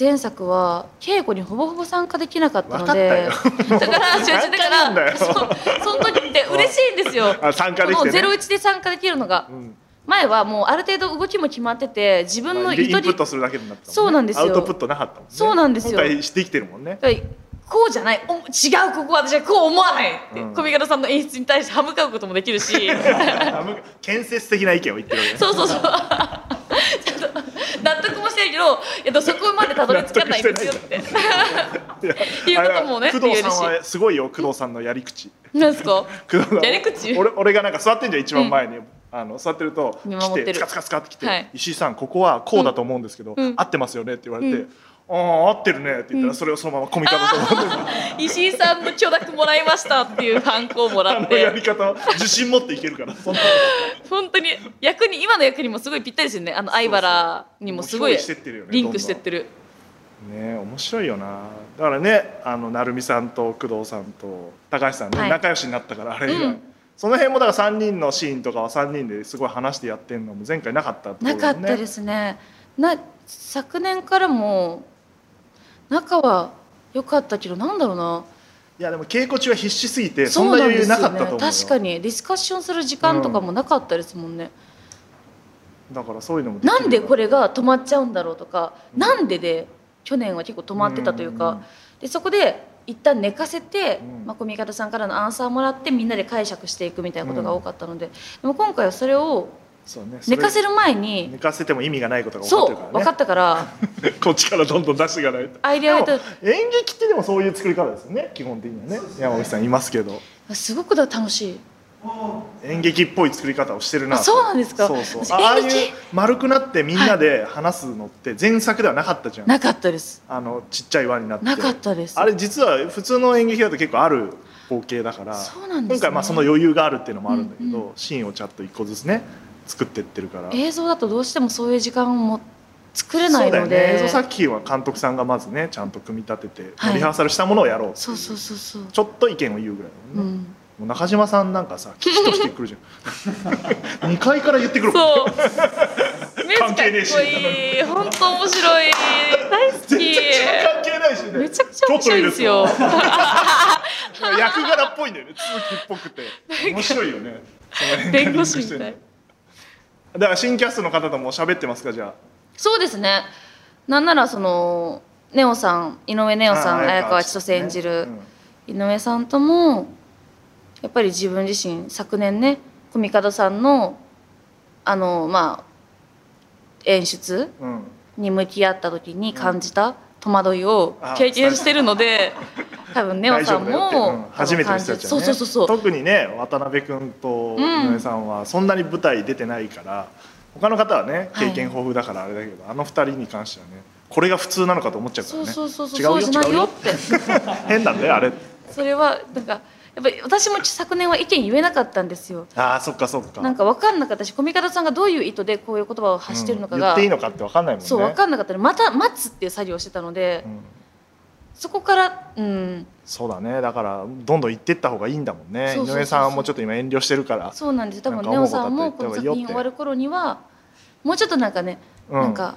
Speaker 2: 前作は稽古にほぼほぼ参加できなかったので だから集中だか
Speaker 1: なんだ
Speaker 2: ら
Speaker 1: よ
Speaker 2: そうその時って嬉しいんですよ
Speaker 1: あ参加でき
Speaker 2: こ
Speaker 1: て
Speaker 2: の
Speaker 1: ね
Speaker 2: ゼロ一で参加できるのが
Speaker 1: うん
Speaker 2: 前はもうある程度動きも決まってて自分
Speaker 1: ま
Speaker 2: の
Speaker 1: あ
Speaker 2: ゆ
Speaker 1: イ
Speaker 2: と
Speaker 1: ンプ
Speaker 2: り
Speaker 1: ットするだけになったもんね
Speaker 2: そうなんですよ
Speaker 1: アウトプットなかったもんね
Speaker 2: そうなんですよ
Speaker 1: 今回してきてるもん ね
Speaker 2: だからこうじゃないお違うここは私はこう思わないって、
Speaker 1: うん
Speaker 2: 小見方さんの演出に対して歯向かうこともできるし
Speaker 1: あむ建設的な意見を言ってるわけね
Speaker 2: そうそう そう。ちょっと納得もしてるけど、えっとそこまでたどり着かないんですよって。
Speaker 1: いや
Speaker 2: いうこともね
Speaker 1: あれは工藤
Speaker 2: 言えるし
Speaker 1: さんはすごいよ工藤さんのやり口
Speaker 2: なんですか。
Speaker 1: 工藤さん
Speaker 2: やり口
Speaker 1: 俺俺がなんか座ってんじゃん一番前に、あの座ってると
Speaker 2: 見守
Speaker 1: 来
Speaker 2: って
Speaker 1: てつ
Speaker 2: る
Speaker 1: かつかつかって来て、
Speaker 2: はい
Speaker 1: 石井さんここはこうだと思うんですけど、
Speaker 2: うん
Speaker 1: 合ってますよねって言われて、
Speaker 2: うん
Speaker 1: ああ合ってるねって言ったら、それをそのままコミカルと思って
Speaker 2: 石井さんの許諾もらいましたっていうハンコをも
Speaker 1: あ
Speaker 2: らっ
Speaker 1: のや
Speaker 2: て、
Speaker 1: り方自信持っていけるからそんな
Speaker 2: 本当に役に今の役にもすごいぴったりですよね。あの相原にもすご
Speaker 1: もう憑
Speaker 2: い
Speaker 1: 依してってるよね
Speaker 2: リンクしてってる。
Speaker 1: ね面白いよなだからねあの成美さんと工藤さんと高橋さんね、
Speaker 2: はい
Speaker 1: 仲良しになったからあれ以外、
Speaker 2: うん
Speaker 1: その辺もだから3人のシーンとかは3人ですごい話してやってるのも前回なかったところ
Speaker 2: なかったですすね。な昨年からも仲は良かったけどなんだろうな。
Speaker 1: いやでも稽古中は必死すぎてそんな余裕なかったと思うよ
Speaker 2: 確かにディスカッションする時間とかもなかったですもんね。
Speaker 1: だからそういうのもきる
Speaker 2: なんでこれが止まっちゃうんだろうとか、なんでで去年は結構止まってたというか、
Speaker 1: うん
Speaker 2: でそこで一旦寝かせて、
Speaker 1: うん
Speaker 2: まあ、小見方さんからのアンサーもらってみんなで解釈していくみたいなことが多かったので、でも今回はそれを
Speaker 1: そうねそれ
Speaker 2: 寝かせる前に
Speaker 1: 寝かせても意味がないことが分かっ
Speaker 2: そ
Speaker 1: てる
Speaker 2: う
Speaker 1: からね
Speaker 2: 分かったから
Speaker 1: こっちからどんどん出していかないと
Speaker 2: アイデアが出
Speaker 1: でも演劇ってでもそういう作り方ですよね基本的にはね山口さんいますけど
Speaker 2: すごくだ楽しい
Speaker 1: 演劇っぽい作り方をしてるな
Speaker 2: あそうなんですか
Speaker 1: そうそう
Speaker 2: 私
Speaker 1: ああい
Speaker 2: 演
Speaker 1: う
Speaker 2: 劇
Speaker 1: 丸くなってみんなで話すのって前作ではなかったじゃん
Speaker 2: なかったです
Speaker 1: あのちっちゃい輪になって
Speaker 2: なかったです
Speaker 1: あれ実は普通の演劇だと結構ある光景だから
Speaker 2: そうなんですね
Speaker 1: 今回まあその余裕があるっていうのもあるんだけど、
Speaker 2: うん
Speaker 1: シーンをちゃんと一個ずつね作ってってるから
Speaker 2: 映像だとどうしてもそういう時間も作れない
Speaker 1: そうだよ
Speaker 2: の
Speaker 1: ね映像
Speaker 2: で
Speaker 1: 作品は監督さんがまずねちゃんと組み立てて、
Speaker 2: はい
Speaker 1: リハーサルしたものをやろうっていう
Speaker 2: そうそうそうそう
Speaker 1: ちょっと意見を言うぐらいだも
Speaker 2: う
Speaker 1: んね、
Speaker 2: ん
Speaker 1: もう中島さんなんか さ危機としてくるじゃん2 階から言ってくるもん
Speaker 2: そう めっちゃかっ
Speaker 1: 関係ねえし
Speaker 2: こいい本当面白い大好き
Speaker 1: 全然関係ないしね
Speaker 2: めちゃくちゃ面白いんですよ
Speaker 1: ちょっとると役柄っぽいんだよね続きっぽくて面白いよ ねその辺が
Speaker 2: 弁護士みたい
Speaker 1: リンクしてんのだから新キャストの方とも喋ってますかじゃ
Speaker 2: そうですねなんならそのネオさん井上ネ
Speaker 1: あ
Speaker 2: オさん
Speaker 1: あ
Speaker 2: 綾川千
Speaker 1: ちょっと
Speaker 2: 歳
Speaker 1: ね
Speaker 2: 演じ
Speaker 1: う
Speaker 2: る
Speaker 1: ん
Speaker 2: 井上さんともやっぱり自分自身昨年ねコミカドさんのあのまあ演出
Speaker 1: うん
Speaker 2: に向き合った時に感じた戸惑いを経験してるので多分ネオ
Speaker 1: 大丈
Speaker 2: さ
Speaker 1: 夫
Speaker 2: ん
Speaker 1: だよってうん
Speaker 2: も
Speaker 1: 初めての人たちは
Speaker 2: そう
Speaker 1: ね
Speaker 2: そうそうそう
Speaker 1: 特にね渡辺君と井上さんはそんなに舞台出てないから、他の方はね
Speaker 2: はい
Speaker 1: 経験豊富だからあれだけど、あの二人に関してはねこれが普通なのかと思っちゃうから
Speaker 2: そう
Speaker 1: ね
Speaker 2: そうそうそう
Speaker 1: 違
Speaker 2: そうじゃな
Speaker 1: うよ違う
Speaker 2: い
Speaker 1: よ
Speaker 2: よって
Speaker 1: 変なんだよあれ
Speaker 2: それはなんかやっぱり私も昨年は意見言えなかったんですよ
Speaker 1: あーそっかそっか
Speaker 2: なんか分かんなかったしコミカドさんがどういう意図でこういう言葉を発してるのか
Speaker 1: うん言っ
Speaker 2: が、
Speaker 1: ていいのかって分かんないもんね
Speaker 2: そう分かんなかったのでまた待つっていう作業をしてたので、
Speaker 1: うん
Speaker 2: そこからうん
Speaker 1: そうだねだからどんどん行ってった方がいいんだもんね
Speaker 2: そうそうそうそう
Speaker 1: 井上さんはもうちょっと今遠慮してるから
Speaker 2: そうなんです多
Speaker 1: なん
Speaker 2: 分
Speaker 1: か
Speaker 2: ネ
Speaker 1: 思う
Speaker 2: オ
Speaker 1: ことあったら言った方がい
Speaker 2: さんもこの
Speaker 1: い
Speaker 2: 作
Speaker 1: よって
Speaker 2: 品終わる頃にはもうちょっとなんかね、
Speaker 1: うん
Speaker 2: なんか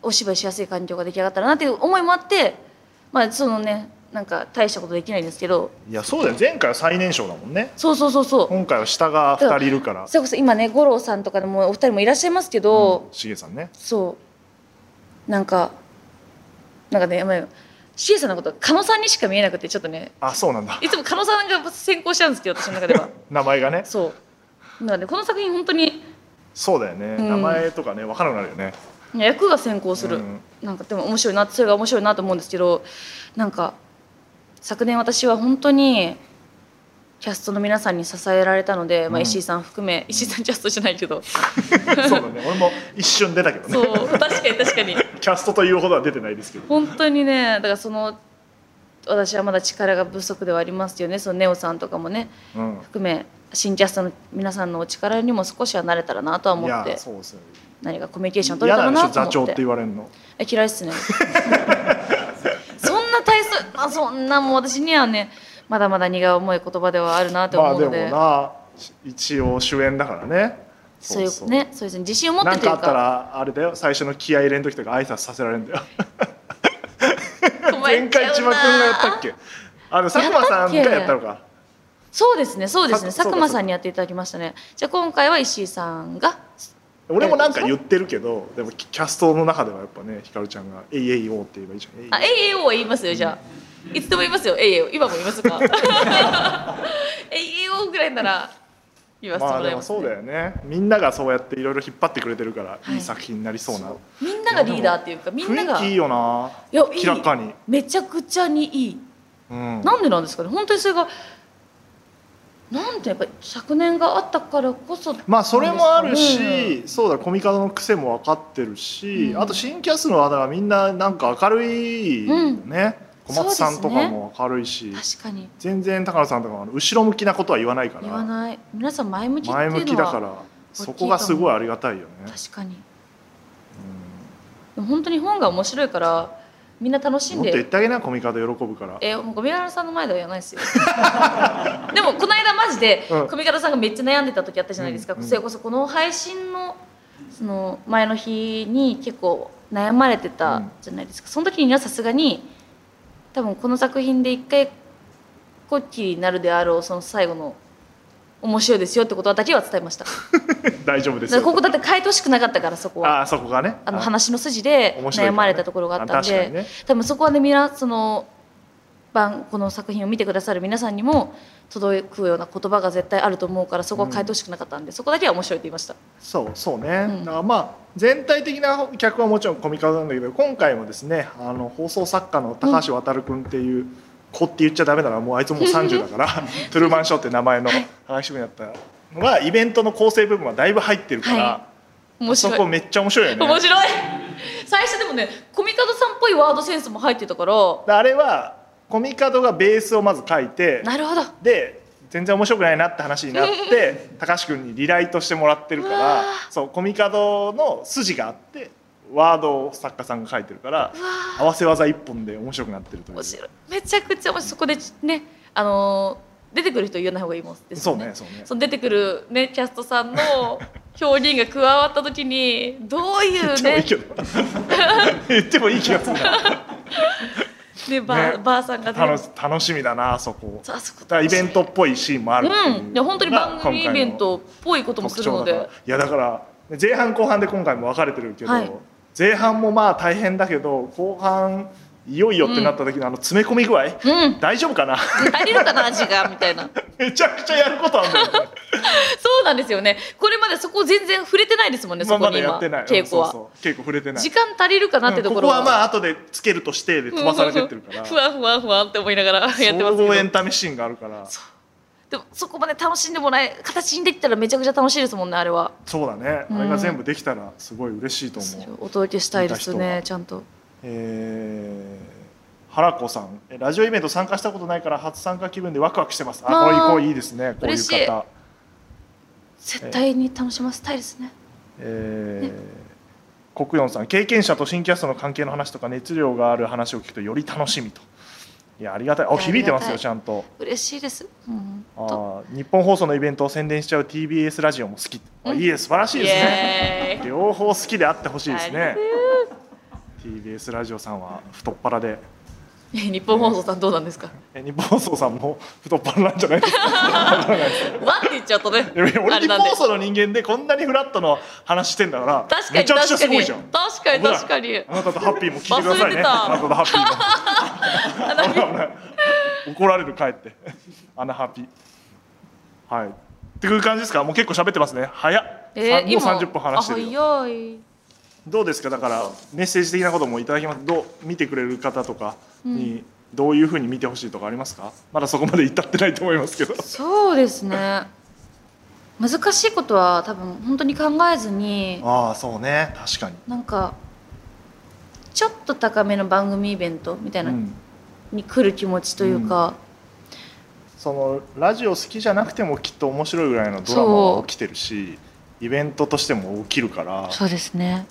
Speaker 2: お芝居しやすい環境が出来上がったらなっていう思いもあってまあそのねなんか大したことできないんですけど
Speaker 1: いやそうだよ前回は最年少だもんね
Speaker 2: そうそうそうそう
Speaker 1: 今回は下が2人いるから
Speaker 2: それこそ今ね五郎さんとかでもお二人もいらっしゃいますけど、
Speaker 1: しげさんね
Speaker 2: そうなんかなんかねまあシエさんのこと狩野さんにしか見えなくてちょっとね
Speaker 1: あそうなんだ
Speaker 2: いつも狩野さんが先行しちゃうんですけど私の中 では
Speaker 1: 名前がね
Speaker 2: そうなのでこの作品本当に
Speaker 1: そうだよね、
Speaker 2: うん
Speaker 1: 名前とかね分からなくなるよ ね
Speaker 2: 役が先行する、
Speaker 1: うん
Speaker 2: なんかでも面白いなそれが面白いなと思うんですけどなんか昨年私は本当にキャストの皆さんに支えられたので、
Speaker 1: う
Speaker 2: まあ、
Speaker 1: ん
Speaker 2: 石井さん含め、石井さんキャストじゃない けど
Speaker 1: そうだね俺も一瞬出たけど
Speaker 2: そ
Speaker 1: ね
Speaker 2: う確かに確かに
Speaker 1: キャストというほどは出てないですけど
Speaker 2: 本当にねだからその私はまだ力が不足ではありますよねそのネオさんとかもね
Speaker 1: うん
Speaker 2: 含め新キャストの皆さんのお力にも少しは慣れたらなとは思
Speaker 1: い
Speaker 2: っ
Speaker 1: や
Speaker 2: て
Speaker 1: そうですよ
Speaker 2: 何かコミュニケーション取
Speaker 1: 嫌
Speaker 2: れた
Speaker 1: な
Speaker 2: ら
Speaker 1: んでし
Speaker 2: な
Speaker 1: ょ
Speaker 2: と
Speaker 1: 座長
Speaker 2: 思っ
Speaker 1: って
Speaker 2: て
Speaker 1: 言われるの
Speaker 2: え嫌いっすね そんな大数あそんなもう私にはねまだまだ荷が重い言葉ではあるなと
Speaker 1: まあ
Speaker 2: 思
Speaker 1: で
Speaker 2: うの
Speaker 1: も
Speaker 2: で,、
Speaker 1: な一応主演だからね
Speaker 2: そういうねそうですね自信を持っ
Speaker 1: な
Speaker 2: て
Speaker 1: ん
Speaker 2: という
Speaker 1: かあっ
Speaker 2: か
Speaker 1: たらあれだよ最初の気合い入れん時とか挨拶させられるんだ よ前回千葉君がやったっけあの佐久間さんがやったのか
Speaker 2: そうですねそうですね
Speaker 1: さ
Speaker 2: 佐
Speaker 1: そうか
Speaker 2: 久間さんにやっていただきましたねじゃあ今回は石井さんが
Speaker 1: 俺もなんか言ってるけどでもキャストの中ではやっぱねひかるちゃんが「えいえいお」って言えばいいじゃんえいえい
Speaker 2: あ、AAO は言いますよ、じゃあ。いつでも言いますよ、AAO。今も言いますか ?AAO ぐらいなら言わせて
Speaker 1: まあ
Speaker 2: も
Speaker 1: で
Speaker 2: らい
Speaker 1: も
Speaker 2: ます、
Speaker 1: そうだよねみんながそうやっていろいろ引っ張ってくれてるから、い、い作品になりそうな
Speaker 2: みんながリーダーっていうか、みんな
Speaker 1: 雰囲
Speaker 2: が。
Speaker 1: 気いいよない
Speaker 2: やいい
Speaker 1: 明らかに、
Speaker 2: めちゃくちゃにいい。
Speaker 1: うん、
Speaker 2: なんでなんですかね本当にそれが、なんてやっぱり昨年があったからこそ、
Speaker 1: まあそれもある
Speaker 2: うん
Speaker 1: し、そうだコミカドの癖も分かってるし、
Speaker 2: うん
Speaker 1: あと新キャスの方はみんななんか明るいよね、
Speaker 2: うん
Speaker 1: 小松さんとか
Speaker 2: そうですね
Speaker 1: も明るいし、
Speaker 2: 確かに。
Speaker 1: 全然高野さんとかもあの後ろ向きなことは言わないか
Speaker 2: 言わ
Speaker 1: ら
Speaker 2: ない。皆さん前向きっていうの
Speaker 1: 前
Speaker 2: は。
Speaker 1: 向きだから
Speaker 2: 大きい
Speaker 1: そこがすごいありがたいよね。
Speaker 2: 確かに。でも本当に本が面白いから、みんな楽しん
Speaker 1: もっ
Speaker 2: で
Speaker 1: と言ってあげなコミカド喜ぶから
Speaker 2: えもうゴミガラさんの前では言わないですよ でもこの間マジで、
Speaker 1: うん
Speaker 2: ゴミガラさんがめっちゃ悩んでた時あったじゃないですか、
Speaker 1: うんうん
Speaker 2: それこそこの配信のその前の日に結構悩まれてたじゃないですか、その時にはさすがに多分この作品で一回こっきりになるであろうその最後の面白いですよってことだけは伝え ましただか
Speaker 1: 大丈夫です
Speaker 2: ら
Speaker 1: よ
Speaker 2: ここだって変えてほしくなかったからそこは
Speaker 1: ああそこがね
Speaker 2: あの
Speaker 1: あ
Speaker 2: 話の筋で
Speaker 1: 面白いからね
Speaker 2: 悩まれたところがあったん
Speaker 1: あ確
Speaker 2: で、
Speaker 1: かにね
Speaker 2: 多分そこはね皆その番この作品を見てくださる皆さんにも届くような言葉が絶対あると思うからそこは変えてほしくなかったんで、そこだけは面白いって言いました
Speaker 1: そうそうね、
Speaker 2: うん
Speaker 1: だからまあ全体的な客はもちろんコミカドなんだけど今回もですねあの放送作家の高橋渉君っていう、子って言っちゃダメだなもうあいつもう30だから トゥルーマンショーって名前の話になったのがイベントの構成部分はだいぶ入ってるから、
Speaker 2: は面
Speaker 1: そ
Speaker 2: 白い
Speaker 1: こめっちゃ面白いよね。
Speaker 2: 面白い 最初でもねコミカドさんっぽいワードセンスも入ってたから
Speaker 1: であれはコミカドがベースをまず書いて
Speaker 2: なるほど
Speaker 1: で全然面白くないなって話になって 高橋君にリライトしてもらってるか
Speaker 2: うわ
Speaker 1: らそうコミカドの筋があってワードを作家さんが書いてるから合わせ技一本で面白くなってるという
Speaker 2: 面白いめちゃくちゃ面白いそこでねあのー出てくる人言わない方がいいもんです
Speaker 1: そ
Speaker 2: よ
Speaker 1: うねそうね
Speaker 2: その出てくるねキャストさんの表現が加わった時にどういう
Speaker 1: 言
Speaker 2: ね
Speaker 1: ってもいいけど言ってもいい気がするな
Speaker 2: ねば
Speaker 1: ね
Speaker 2: ばあさんが出
Speaker 1: 楽
Speaker 2: る
Speaker 1: し楽しみだなあそこ
Speaker 2: そうあそこ
Speaker 1: だからイベントっぽいシーンもあるっていう
Speaker 2: うんいや本当に番組イベントっぽいこともす
Speaker 1: 特
Speaker 2: る
Speaker 1: 徴だから
Speaker 2: ので
Speaker 1: いやだから前半後半で今回も分かれてるけど、
Speaker 2: はい
Speaker 1: 前半もまあ大変だけど後半いよいよってなった時のあの詰め込み具合、
Speaker 2: うん
Speaker 1: 大丈夫か な
Speaker 2: 足りるかな味がみたいな
Speaker 1: めちゃくちゃやることあるんだよね
Speaker 2: そうなんですよねこれまでそこ全然触れてないですもんねそ
Speaker 1: 今ま
Speaker 2: こに
Speaker 1: でや
Speaker 2: 今
Speaker 1: ってない
Speaker 2: 稽古
Speaker 1: うんそう
Speaker 2: は
Speaker 1: そう稽古触れてない
Speaker 2: 時間足りるかなってところ
Speaker 1: うんここはまあ後でつけるとしてで飛ばされてってるから
Speaker 2: ふわふわふわって思いながら やってますけ
Speaker 1: 総
Speaker 2: ど
Speaker 1: 合エンタメシーンがあるからそう
Speaker 2: でもそこまで楽しんでもらえ形にできたらめちゃくちゃ楽しいですもんねあれは
Speaker 1: だね、あれが全部できたらすごい嬉しいと
Speaker 2: そ
Speaker 1: 思う
Speaker 2: れをお届けしたいです
Speaker 1: 見た人
Speaker 2: ね
Speaker 1: は
Speaker 2: ちゃんと
Speaker 1: えー、原子さんえラジオイベント参加したことないから初参加気分でワクワクしてますあこ
Speaker 2: わ
Speaker 1: う
Speaker 2: あ
Speaker 1: いうこういいですねこういう
Speaker 2: 嬉しい
Speaker 1: 方
Speaker 2: 絶対に楽しませたいですね
Speaker 1: えー、国四さん経験者と新キャストの関係の話とか熱量がある話を聞くとより楽しみといやありがたいあ
Speaker 2: や
Speaker 1: 響いてま
Speaker 2: あ
Speaker 1: す
Speaker 2: りがた
Speaker 1: よ
Speaker 2: い
Speaker 1: ちゃんと
Speaker 2: 嬉しいですうん
Speaker 1: あー日本放送のイベントを宣伝しちゃう TBS ラジオも好きあいいです素晴らしい
Speaker 2: イ
Speaker 1: ですね
Speaker 2: エーイ
Speaker 1: 両方好きであってほしいです
Speaker 2: あ
Speaker 1: ね TBS ラジオさんは太っ腹で
Speaker 2: 日本放送さんどうなんですか
Speaker 1: え日本放送さんも太っ腹なんじゃないですか
Speaker 2: わって言っちゃうとね
Speaker 1: いやいや
Speaker 2: あ
Speaker 1: 俺
Speaker 2: れ
Speaker 1: 日
Speaker 2: な
Speaker 1: 本
Speaker 2: んで
Speaker 1: 放送の人間でこんなにフラットの話してんだから
Speaker 2: 確か
Speaker 1: め
Speaker 2: に
Speaker 1: ちゃくちゃ
Speaker 2: 確か
Speaker 1: すごい
Speaker 2: に
Speaker 1: じゃん
Speaker 2: 確かに
Speaker 1: 危ない
Speaker 2: 確かに
Speaker 1: あなたとハッピーも聞いてください
Speaker 2: 忘れ
Speaker 1: ね
Speaker 2: てた
Speaker 1: あなたとハッピーも危ない危ない怒られる帰ってアナハピはいっていう感じですかもう結構喋ってますね早っ、さんもう30分話してるよ
Speaker 2: あ早い
Speaker 1: どうですかだからメッセージ的なこともいただきますどう見てくれる方とかにどういうふうに見てほしいとかありますか、まだそこまで至ってないと思いますけど
Speaker 2: そうですね難しいことは多分本当に考えずに
Speaker 1: ああそうね確かに、
Speaker 2: なんかちょっと高めの番組イベントみたいうな、
Speaker 1: ん、
Speaker 2: に来る気持ちというか、
Speaker 1: そのラジオ好きじゃなくてもきっと面白いぐらいのドラマが起きてるしイベントとしても起きるから
Speaker 2: そうですね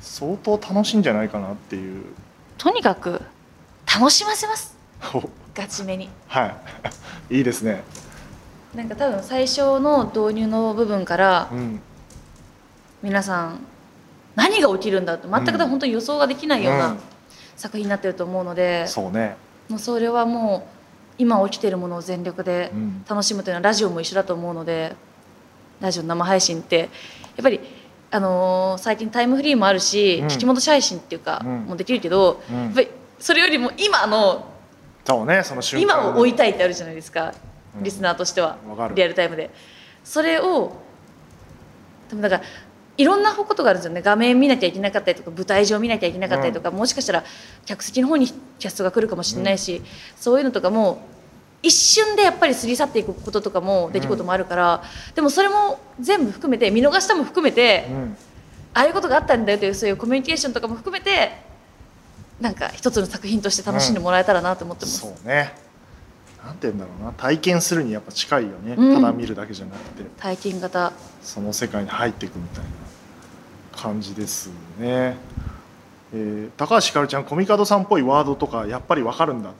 Speaker 1: 相当楽しいんじゃないかなっていう
Speaker 2: とにかく楽しませます
Speaker 1: お
Speaker 2: ガチめに
Speaker 1: はいいい ですね、
Speaker 2: なんか多分最初の導入の部分から
Speaker 1: うん、
Speaker 2: 皆さん何が起きるんだって全く多分本当に予想ができないよう
Speaker 1: う
Speaker 2: なん作品になってると思うので、
Speaker 1: そうね、
Speaker 2: もうそれはもう今起きてるものを全力で
Speaker 1: うん、
Speaker 2: 楽しむというのはラジオも一緒だと思うのでラジオの生配信ってやっぱり、あのー最近タイムフリーもあるし、
Speaker 1: うん
Speaker 2: 聞き戻し配信っていうか、
Speaker 1: うん
Speaker 2: もうできるけど、
Speaker 1: うん
Speaker 2: やっぱりそれよりも今の
Speaker 1: そうねその瞬間
Speaker 2: 今を追い
Speaker 1: て
Speaker 2: たいってあるじゃないです
Speaker 1: う
Speaker 2: か、
Speaker 1: ん
Speaker 2: リスナーとしては
Speaker 1: わかる
Speaker 2: リアルタイムでそれをでもだからいろんなことがあるんですよね画面見なきゃいけなかったりとか舞台上見なきゃいけなかったりとか、もしかしたら客席の方にキャストが来るかもしれないし、そういうのとかも一瞬でやっぱり過ぎ去っていくこととかも出来事もあるから、でもそれも全部含めて見逃したも含めて、
Speaker 1: うん、
Speaker 2: ああいうことがあったんだよというそういうコミュニケーションとかも含めてなんか一つの作品として楽しんでもらえたらなと思ってます。
Speaker 1: そうねなんて言うんだろうな体験するにやっぱ近いよね、
Speaker 2: うん
Speaker 1: ただ見るだけじゃなくて
Speaker 2: 体験型
Speaker 1: その世界に入っていくみたいな感じですね、えー高橋ひかるちゃんコミカドさんっぽいワードとかやっぱりわかるんだ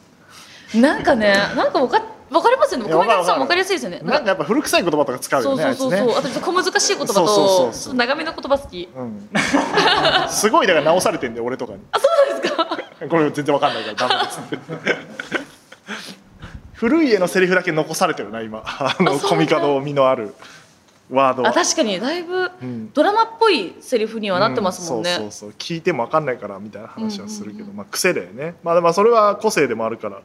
Speaker 2: なんかね、なんかわか、わかりますよね。
Speaker 1: いや
Speaker 2: 小林さん
Speaker 1: わ
Speaker 2: わ
Speaker 1: かる
Speaker 2: かり
Speaker 1: わ
Speaker 2: やすいですよね。
Speaker 1: なんかやっぱ古臭い言葉とか使う
Speaker 2: そ
Speaker 1: よ
Speaker 2: う
Speaker 1: ね
Speaker 2: そ
Speaker 1: あ
Speaker 2: う
Speaker 1: いつ
Speaker 2: そうそう、
Speaker 1: ね
Speaker 2: あとちょっと小難しい言葉
Speaker 1: そうそうそうそ
Speaker 2: と、
Speaker 1: う
Speaker 2: ちょっと長めの言葉好き。
Speaker 1: うん すごいだから直されてんで俺とかにあそうなんですかこれ全然わかんないからダメですって古い家のセリフだけ残されてるな今あの
Speaker 2: あそうなんだ
Speaker 1: コミカド味のあるワードは
Speaker 2: あ、確かにだいぶ
Speaker 1: うん
Speaker 2: ドラマっぽいセリフにはなってますもん
Speaker 1: うそう
Speaker 2: ね。
Speaker 1: そうそう聞いても分かんないからみたいな話はするけど、
Speaker 2: うんうんうん
Speaker 1: まあ、癖だよね、まあ、でもそれは個性でもあるから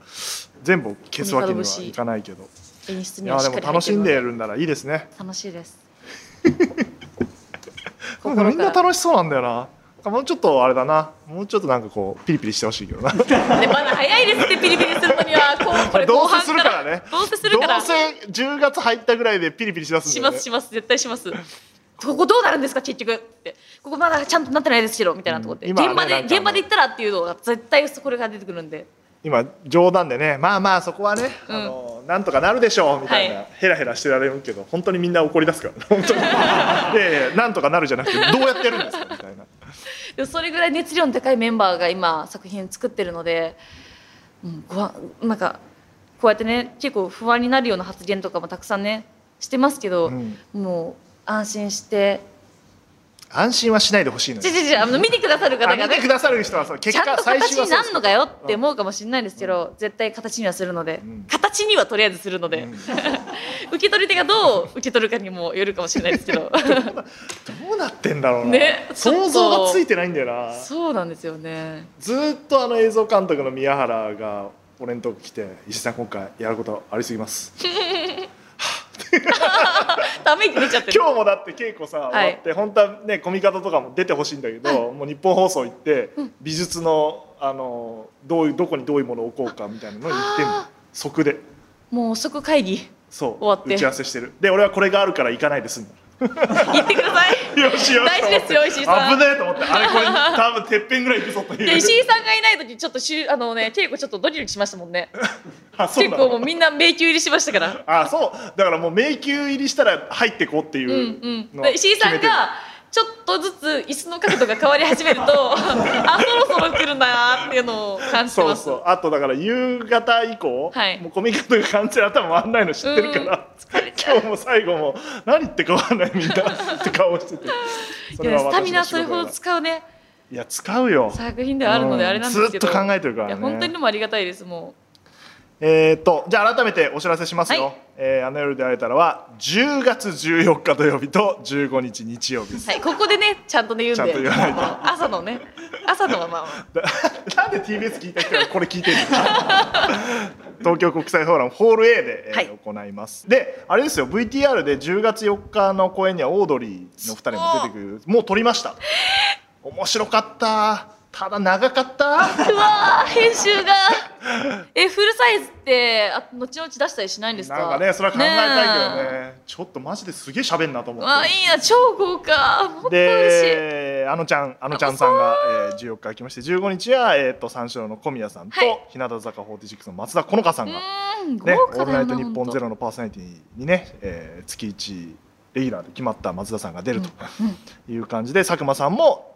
Speaker 1: 全部消すわけにはいかないけど
Speaker 2: 演出
Speaker 1: い
Speaker 2: に
Speaker 1: や
Speaker 2: はし
Speaker 1: で
Speaker 2: っか
Speaker 1: も楽
Speaker 2: り入って
Speaker 1: し
Speaker 2: る
Speaker 1: ん
Speaker 2: ので
Speaker 1: でるんならいいですね
Speaker 2: 楽しい です。
Speaker 1: みんな
Speaker 2: し
Speaker 1: 楽しそうなんだよなもうちょっとあれだなもうちょっとなんかこうピリピリしてほしいけどな
Speaker 2: い。で、まだ早いですって、ピリピリするのには、 こう、これ
Speaker 1: ど
Speaker 2: 後
Speaker 1: うせ
Speaker 2: 半
Speaker 1: す
Speaker 2: か
Speaker 1: るから
Speaker 2: ら。
Speaker 1: ね
Speaker 2: どうせするから。
Speaker 1: どうせ10月入ったぐらいでピリピリしだす
Speaker 2: し
Speaker 1: んだよ
Speaker 2: ま
Speaker 1: ね
Speaker 2: すします絶対しますここどうなるんですか結局ってここまだちゃんとなってないですけどみたいなとこって、
Speaker 1: うん今はね
Speaker 2: 現場
Speaker 1: な
Speaker 2: で
Speaker 1: んかあの
Speaker 2: 現場で行ったらっていうのが絶対そこれが出てくるんで
Speaker 1: 今冗談でねまあまあそこはね、
Speaker 2: うん
Speaker 1: あのなんとかなるでしょうみたいな、
Speaker 2: はい
Speaker 1: ヘラヘラしてられるけど本当にみんな怒り出すから本 当にいやいやなんとかなるじゃなくてどうやってやるんですかみたいな
Speaker 2: でもそれぐらい熱量の高いメンバーが今作品作ってるので、うん、ごわなんかこうやってね結構不安になるような発言とかもたくさんねしてますけど、
Speaker 1: うん
Speaker 2: もう安心して
Speaker 1: 安心はしないでほしいの
Speaker 2: ち
Speaker 1: よ
Speaker 2: ょちょちょあの見てくださる方
Speaker 1: あ
Speaker 2: が
Speaker 1: 見てく
Speaker 2: ね
Speaker 1: ださる人はそう
Speaker 2: ち
Speaker 1: 結
Speaker 2: ゃん
Speaker 1: 果
Speaker 2: と
Speaker 1: 最
Speaker 2: 形
Speaker 1: 終は
Speaker 2: にな
Speaker 1: そ
Speaker 2: ん
Speaker 1: う
Speaker 2: のかよって思うかもしれないですけど、絶対形にはするので、
Speaker 1: うん
Speaker 2: 形にはとりあえずするので、
Speaker 1: うん
Speaker 2: 受け取り手がどう受け取るかにもよるかもしれないですけ
Speaker 1: ど
Speaker 2: ど
Speaker 1: うなってんだろうな、
Speaker 2: ねちょっと
Speaker 1: 想像がついてないんだよな
Speaker 2: そうなんですよね
Speaker 1: ずーっとあの映像監督の宮原が俺のとこ来て「石井さん今回やることありすぎます」
Speaker 2: ため息出ち ゃってる
Speaker 1: 今日もだって稽古さ終わって、本当はねコミカドとかも出てほしいんだけど、もう日本放送行って、美術のあのどういうどこにどういうものを置こうかみたいなのに行ってんの
Speaker 2: あ
Speaker 1: 即で
Speaker 2: もう即会議
Speaker 1: そう
Speaker 2: 終わって
Speaker 1: 打ち合わせしてるで俺はこれがあるから行かないですんだ
Speaker 2: 言ってくだ さい
Speaker 1: よしよし
Speaker 2: 大事ですよ石井さん
Speaker 1: 危ねえと思ってあれ これ多分てっぺんぐらい行くぞという
Speaker 2: で石井さんがいない時ちょっとしゅあのね稽古ちょっとドキドキしましたもんね
Speaker 1: あそう
Speaker 2: 結
Speaker 1: なの
Speaker 2: 構もうみんな迷宮入りしましたから
Speaker 1: あそうだからもう迷宮入りしたら入ってこうってい
Speaker 2: うん
Speaker 1: う
Speaker 2: うん
Speaker 1: のを
Speaker 2: で石井さん
Speaker 1: 決めてる
Speaker 2: がちょっとずつ椅子の角度が変わり始めると あそろそろ来るんだなっていうのを感じて
Speaker 1: そ
Speaker 2: ま
Speaker 1: う
Speaker 2: す
Speaker 1: そうあとだから夕方以降、
Speaker 2: はい
Speaker 1: もうコミカドが完全に頭回んないの知ってるから、
Speaker 2: うん疲れちゃう
Speaker 1: 今日も最後も何言ってかわかんないみんなって顔して てそ
Speaker 2: いやスタミナ
Speaker 1: 仕
Speaker 2: それ
Speaker 1: 事
Speaker 2: ほ
Speaker 1: だ
Speaker 2: ど
Speaker 1: から
Speaker 2: 使うね
Speaker 1: いや使うよ
Speaker 2: 作品ではあるので
Speaker 1: うん
Speaker 2: あれなんですけ
Speaker 1: ず
Speaker 2: ど、
Speaker 1: っと考えてるからね
Speaker 2: いや本当にでもありがたいですも
Speaker 1: えー、とじゃあ改めてお知らせしますよ「
Speaker 2: はい
Speaker 1: えーあの夜で会えたら」は10月14日土曜日と15日日曜日です
Speaker 2: うはいここでねちゃんとね言うんで
Speaker 1: ちゃんと言わないと
Speaker 2: 朝のね朝のはまあまあ
Speaker 1: だ なんで TBS 聞いた人がこれ聞いてるの 東京国際フォーラムホール A で、えー
Speaker 2: はい
Speaker 1: 行いますであれですよ VTR で10月4日の公演にはオードリーの2人も出てくるもう撮りました面白かったただ長かった
Speaker 2: うわー編集がえフルサイズってあ後々出したりしないんですか
Speaker 1: なんかねそれは考えたいけどね
Speaker 2: え
Speaker 1: ちょっとマジですげえ喋んなと思
Speaker 2: う
Speaker 1: って
Speaker 2: わあいいな超豪華本当嬉しい
Speaker 1: で、あのちゃん、あのちゃんさんが、えー、14日来まして、15日は、えっ、と、三四郎の小宮さんと、
Speaker 2: はい
Speaker 1: 日向坂46の松田好花さんが、
Speaker 2: うん
Speaker 1: ね、
Speaker 2: 豪
Speaker 1: オー
Speaker 2: 華
Speaker 1: ルナ
Speaker 2: だよ
Speaker 1: イト
Speaker 2: な
Speaker 1: 日本
Speaker 2: 本
Speaker 1: ゼロ
Speaker 2: 当
Speaker 1: のパーソナリティにね、えー月1レギュラーで決まった松田さんが出るという感じで、佐久間さんも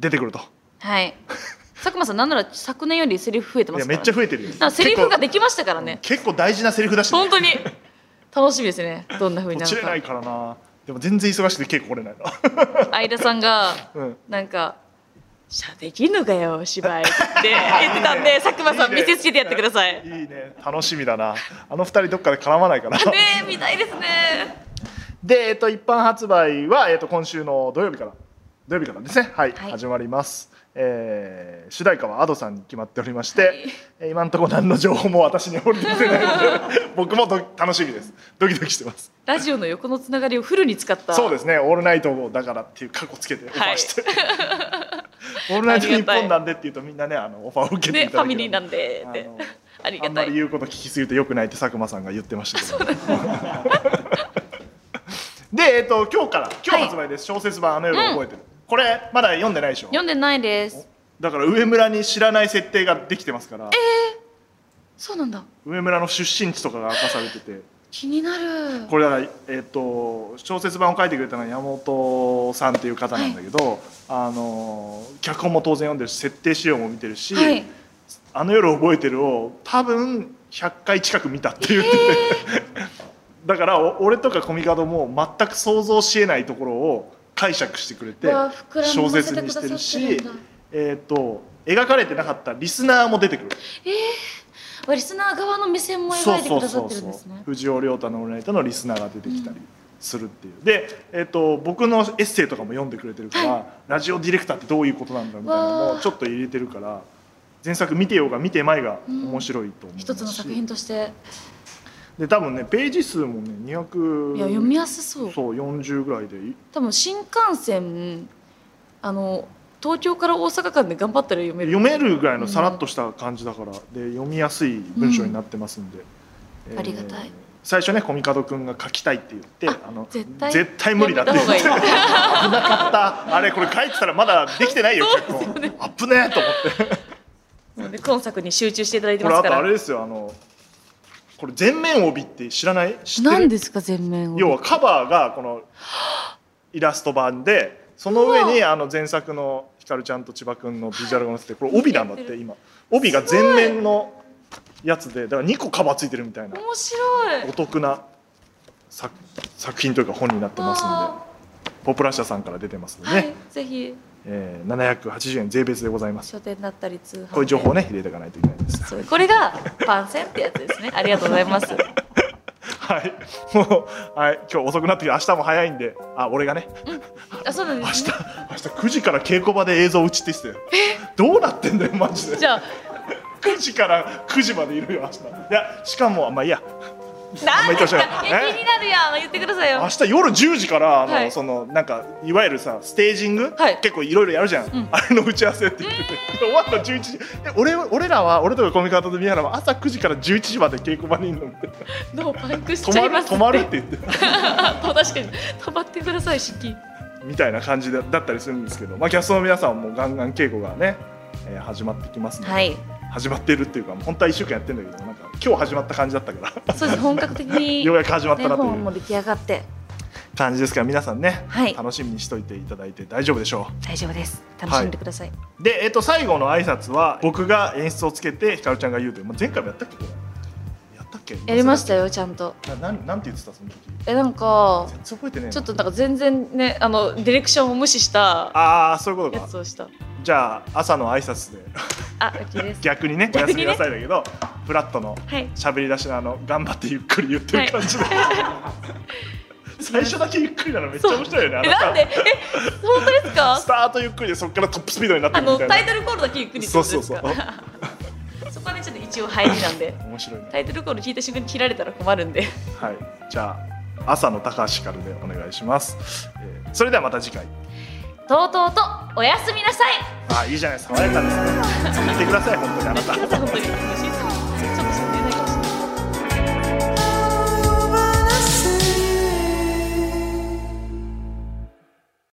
Speaker 1: 出てくると。
Speaker 2: はい佐久間さんなんなら昨年よりセリフ増えて
Speaker 1: い
Speaker 2: ま
Speaker 1: や、
Speaker 2: すか
Speaker 1: めっ
Speaker 2: ら、ね、
Speaker 1: ちゃ増えてるよ。
Speaker 2: なんかセリフがで
Speaker 1: き
Speaker 2: きましたからね
Speaker 1: 結構大事なセリフだし、
Speaker 2: 本当に楽しみですねどんな風にな
Speaker 1: 落ち
Speaker 2: る
Speaker 1: れな
Speaker 2: か
Speaker 1: いからな。でも全然忙しくて結構来れないな。
Speaker 2: 相田さんが
Speaker 1: うん
Speaker 2: なんか「しゃできんのかよ芝居」って言ってた んで佐久間さん見せつけてやってください
Speaker 1: いいね、楽しみだな。あの二人どっかで絡まないかな。
Speaker 2: ねえ見たいですね
Speaker 1: で、えっと、一般発売は、えっと、今週の土曜日から土曜日からですね、はい
Speaker 2: はい
Speaker 1: 始まります、えー主題歌は Ado さんに決まっておりまして、
Speaker 2: はい
Speaker 1: えー今のところ何の情報も私に降りてきてないので 僕もど楽しみですドキドキしてます
Speaker 2: ラジオの横のつながりをフルに使った
Speaker 1: そうですね「オールナイト」だからっていう過去つけてオファー して「オールナイト日本なんで」っていうとみんなねあのオファーを受けていた
Speaker 2: ね
Speaker 1: だけ
Speaker 2: ファミリーなんでって
Speaker 1: あの
Speaker 2: あり
Speaker 1: あ
Speaker 2: が
Speaker 1: ん
Speaker 2: た
Speaker 1: ま
Speaker 2: い
Speaker 1: り言うこと聞きすぎてよくないって佐久間さんが言ってましたけど、 で、えっと、今日から今日発売です、小説版「あの夜を覚えてる」これまだ読んでないでしょ
Speaker 2: 読んでないです
Speaker 1: だから上村に知らない設定ができてますから、
Speaker 2: そうなんだ
Speaker 1: 上村の出身地とかが明かされてて
Speaker 2: 気になる
Speaker 1: これだから、えっと小説版を書いてくれたのは山本さんっていう方なんだけど、あの脚本も当然読んでるし設定資料も見てるし、
Speaker 2: はい
Speaker 1: あの夜覚えてるを多分100回近く見たって言ってて、だからお俺とかコミカドも全く想像しえないところを解釈してくれて
Speaker 2: うわ膨らませて
Speaker 1: 小説にしてるし
Speaker 2: くださってるんだ
Speaker 1: えっ、と描かれてなかったリスナーも出てくる
Speaker 2: リスナー側の目線も
Speaker 1: そ
Speaker 2: 描
Speaker 1: う
Speaker 2: いて
Speaker 1: そ
Speaker 2: く
Speaker 1: う
Speaker 2: ださ
Speaker 1: そ
Speaker 2: っ
Speaker 1: う
Speaker 2: てる
Speaker 1: そ
Speaker 2: んで
Speaker 1: う
Speaker 2: すね
Speaker 1: 藤尾亮太の「オールナイト」のリスナーが出てきたりするっていう、で、えっと僕のエッセイとかも読んでくれてるから、ラジオディレクターってどういうことなんだみたいなの
Speaker 2: わ
Speaker 1: も
Speaker 2: あ
Speaker 1: ちょっと入れてるから前作見てようが見てまいが面白いと思うし、
Speaker 2: 一つの作品として
Speaker 1: で多分ねページ数もね200
Speaker 2: いや読みやすそう
Speaker 1: そう40ぐらいでい
Speaker 2: 多分新幹線あの東京から大阪間で頑張ったら読める
Speaker 1: 読めるぐらいのさらっとした感じだから、で読みやすい文章になってますんで、
Speaker 2: んありがたい
Speaker 1: 最初ねコミカドくんが書きたいって言ってあの
Speaker 2: 絶対
Speaker 1: 無理だって言って
Speaker 2: やめた方がいい
Speaker 1: 危なかったあれこれ書いてたらまだできてないよ結構あっぶねえと思って
Speaker 2: もうね今作に集中していただいて
Speaker 1: これ
Speaker 2: ます
Speaker 1: あ
Speaker 2: か
Speaker 1: と
Speaker 2: ら
Speaker 1: あれですよあのこれ全面帯って知らない知って
Speaker 2: 何
Speaker 1: る
Speaker 2: ですか全面を
Speaker 1: 要はカバーがこのイラスト版でその上にあの前作のひかるちゃんと千葉君のビジュアルが載っててこれ帯なんだって今帯が全面のやつでだから2個カバーついてるみたいな
Speaker 2: 面白い
Speaker 1: お得な作作品というか本になってますの
Speaker 2: あ
Speaker 1: でポプラ社さんから出てますの
Speaker 2: ー
Speaker 1: でね、
Speaker 2: はいぜひ
Speaker 1: えー780円税別でございます
Speaker 2: 書店だったり通販で
Speaker 1: こういう情報をね入れていかないといけないです
Speaker 2: そうこれがパンセンってやつですねありがとうござい ます
Speaker 1: はい もう、はい、今日遅くなってきて明日も早いんであ俺がね
Speaker 2: あそうなんで
Speaker 1: 明
Speaker 2: す
Speaker 1: 日
Speaker 2: ね
Speaker 1: 明日9時から稽古場で映像打ちって言ってたよどうなってんだよマジで
Speaker 2: じゃあ
Speaker 1: 9時から9時までいるよ明日いやしかもまあいいやん
Speaker 2: 何
Speaker 1: ま言ってほ
Speaker 2: で
Speaker 1: し
Speaker 2: す
Speaker 1: くな
Speaker 2: か
Speaker 1: い
Speaker 2: いや
Speaker 1: え
Speaker 2: 気になるやん言ってください
Speaker 1: 明
Speaker 2: よ
Speaker 1: 日夜10時からあの、
Speaker 2: はい
Speaker 1: そのなんかいわゆるさステージング、
Speaker 2: はい
Speaker 1: 結構いろいろやるじゃん、あれの打ち合わせって言っ てて、終わったの11時え俺は俺らは俺とかコミカドと宮原は朝9時から11時まで稽古場にいるのみたいな
Speaker 2: どうパンクしちゃ
Speaker 1: 止ま
Speaker 2: いま
Speaker 1: る
Speaker 2: す
Speaker 1: 止まるって言って
Speaker 2: あ 確かに止まってください式
Speaker 1: みたいな感じだだったりするんですけど、まあ、キャストの皆さんもガンガン稽古がね、えー始まってきますので、
Speaker 2: はい
Speaker 1: 始まってるっていうかもう本当は1週間やってるんだけどなんか今日始まった感じだったから
Speaker 2: そうです本格的 に
Speaker 1: ようやく始まった
Speaker 2: ね
Speaker 1: なとい
Speaker 2: 本も
Speaker 1: う
Speaker 2: 出来上がって
Speaker 1: 感じですから皆さんね、
Speaker 2: はい
Speaker 1: 楽しみにしといていただいて大丈夫でしょ
Speaker 2: 大丈夫です楽しんでください、
Speaker 1: うで、えっと最後の挨拶は僕が演出をつけてひかるちゃんが言うという、まあ、前回もやったっけこれやったっけ
Speaker 2: やりましたよちゃんと
Speaker 1: ななんなんて言ってたその時
Speaker 2: えなんか
Speaker 1: 全然覚えてねえな
Speaker 2: ちょっとなんか全然ねあのディレクションを無視した
Speaker 1: ああそういうこと
Speaker 2: や
Speaker 1: か
Speaker 2: つをした
Speaker 1: じゃあ朝の挨拶で
Speaker 2: あオッケーです
Speaker 1: 逆にねおや
Speaker 2: 逆
Speaker 1: す
Speaker 2: に
Speaker 1: み
Speaker 2: ね
Speaker 1: なさいだけどフラットの
Speaker 2: はい
Speaker 1: 喋り出しのあの頑張ってゆっくり言ってる感 じで、最初だけゆっくりなのめっちゃ面白いよねあ
Speaker 2: え
Speaker 1: なた
Speaker 2: なんでえ本当です
Speaker 1: ス
Speaker 2: か
Speaker 1: タートゆっくりでそこからトップスピードになって
Speaker 2: あ
Speaker 1: るみ
Speaker 2: の
Speaker 1: たいな
Speaker 2: タイトルコールだけゆっくりって
Speaker 1: そ
Speaker 2: こ
Speaker 1: う
Speaker 2: と
Speaker 1: そうそ
Speaker 2: です
Speaker 1: う
Speaker 2: か そこはねちょっと一応入りなんで
Speaker 1: 面白いね
Speaker 2: タイトルコール聞いた瞬間に切られたら困るんで
Speaker 1: はいじゃあ朝の高橋からでお願いします、えーそれではまた次回
Speaker 2: とうとうとおやすみなさい
Speaker 1: あいいじゃない爽やかですね見てください本当にあなた
Speaker 2: 本当に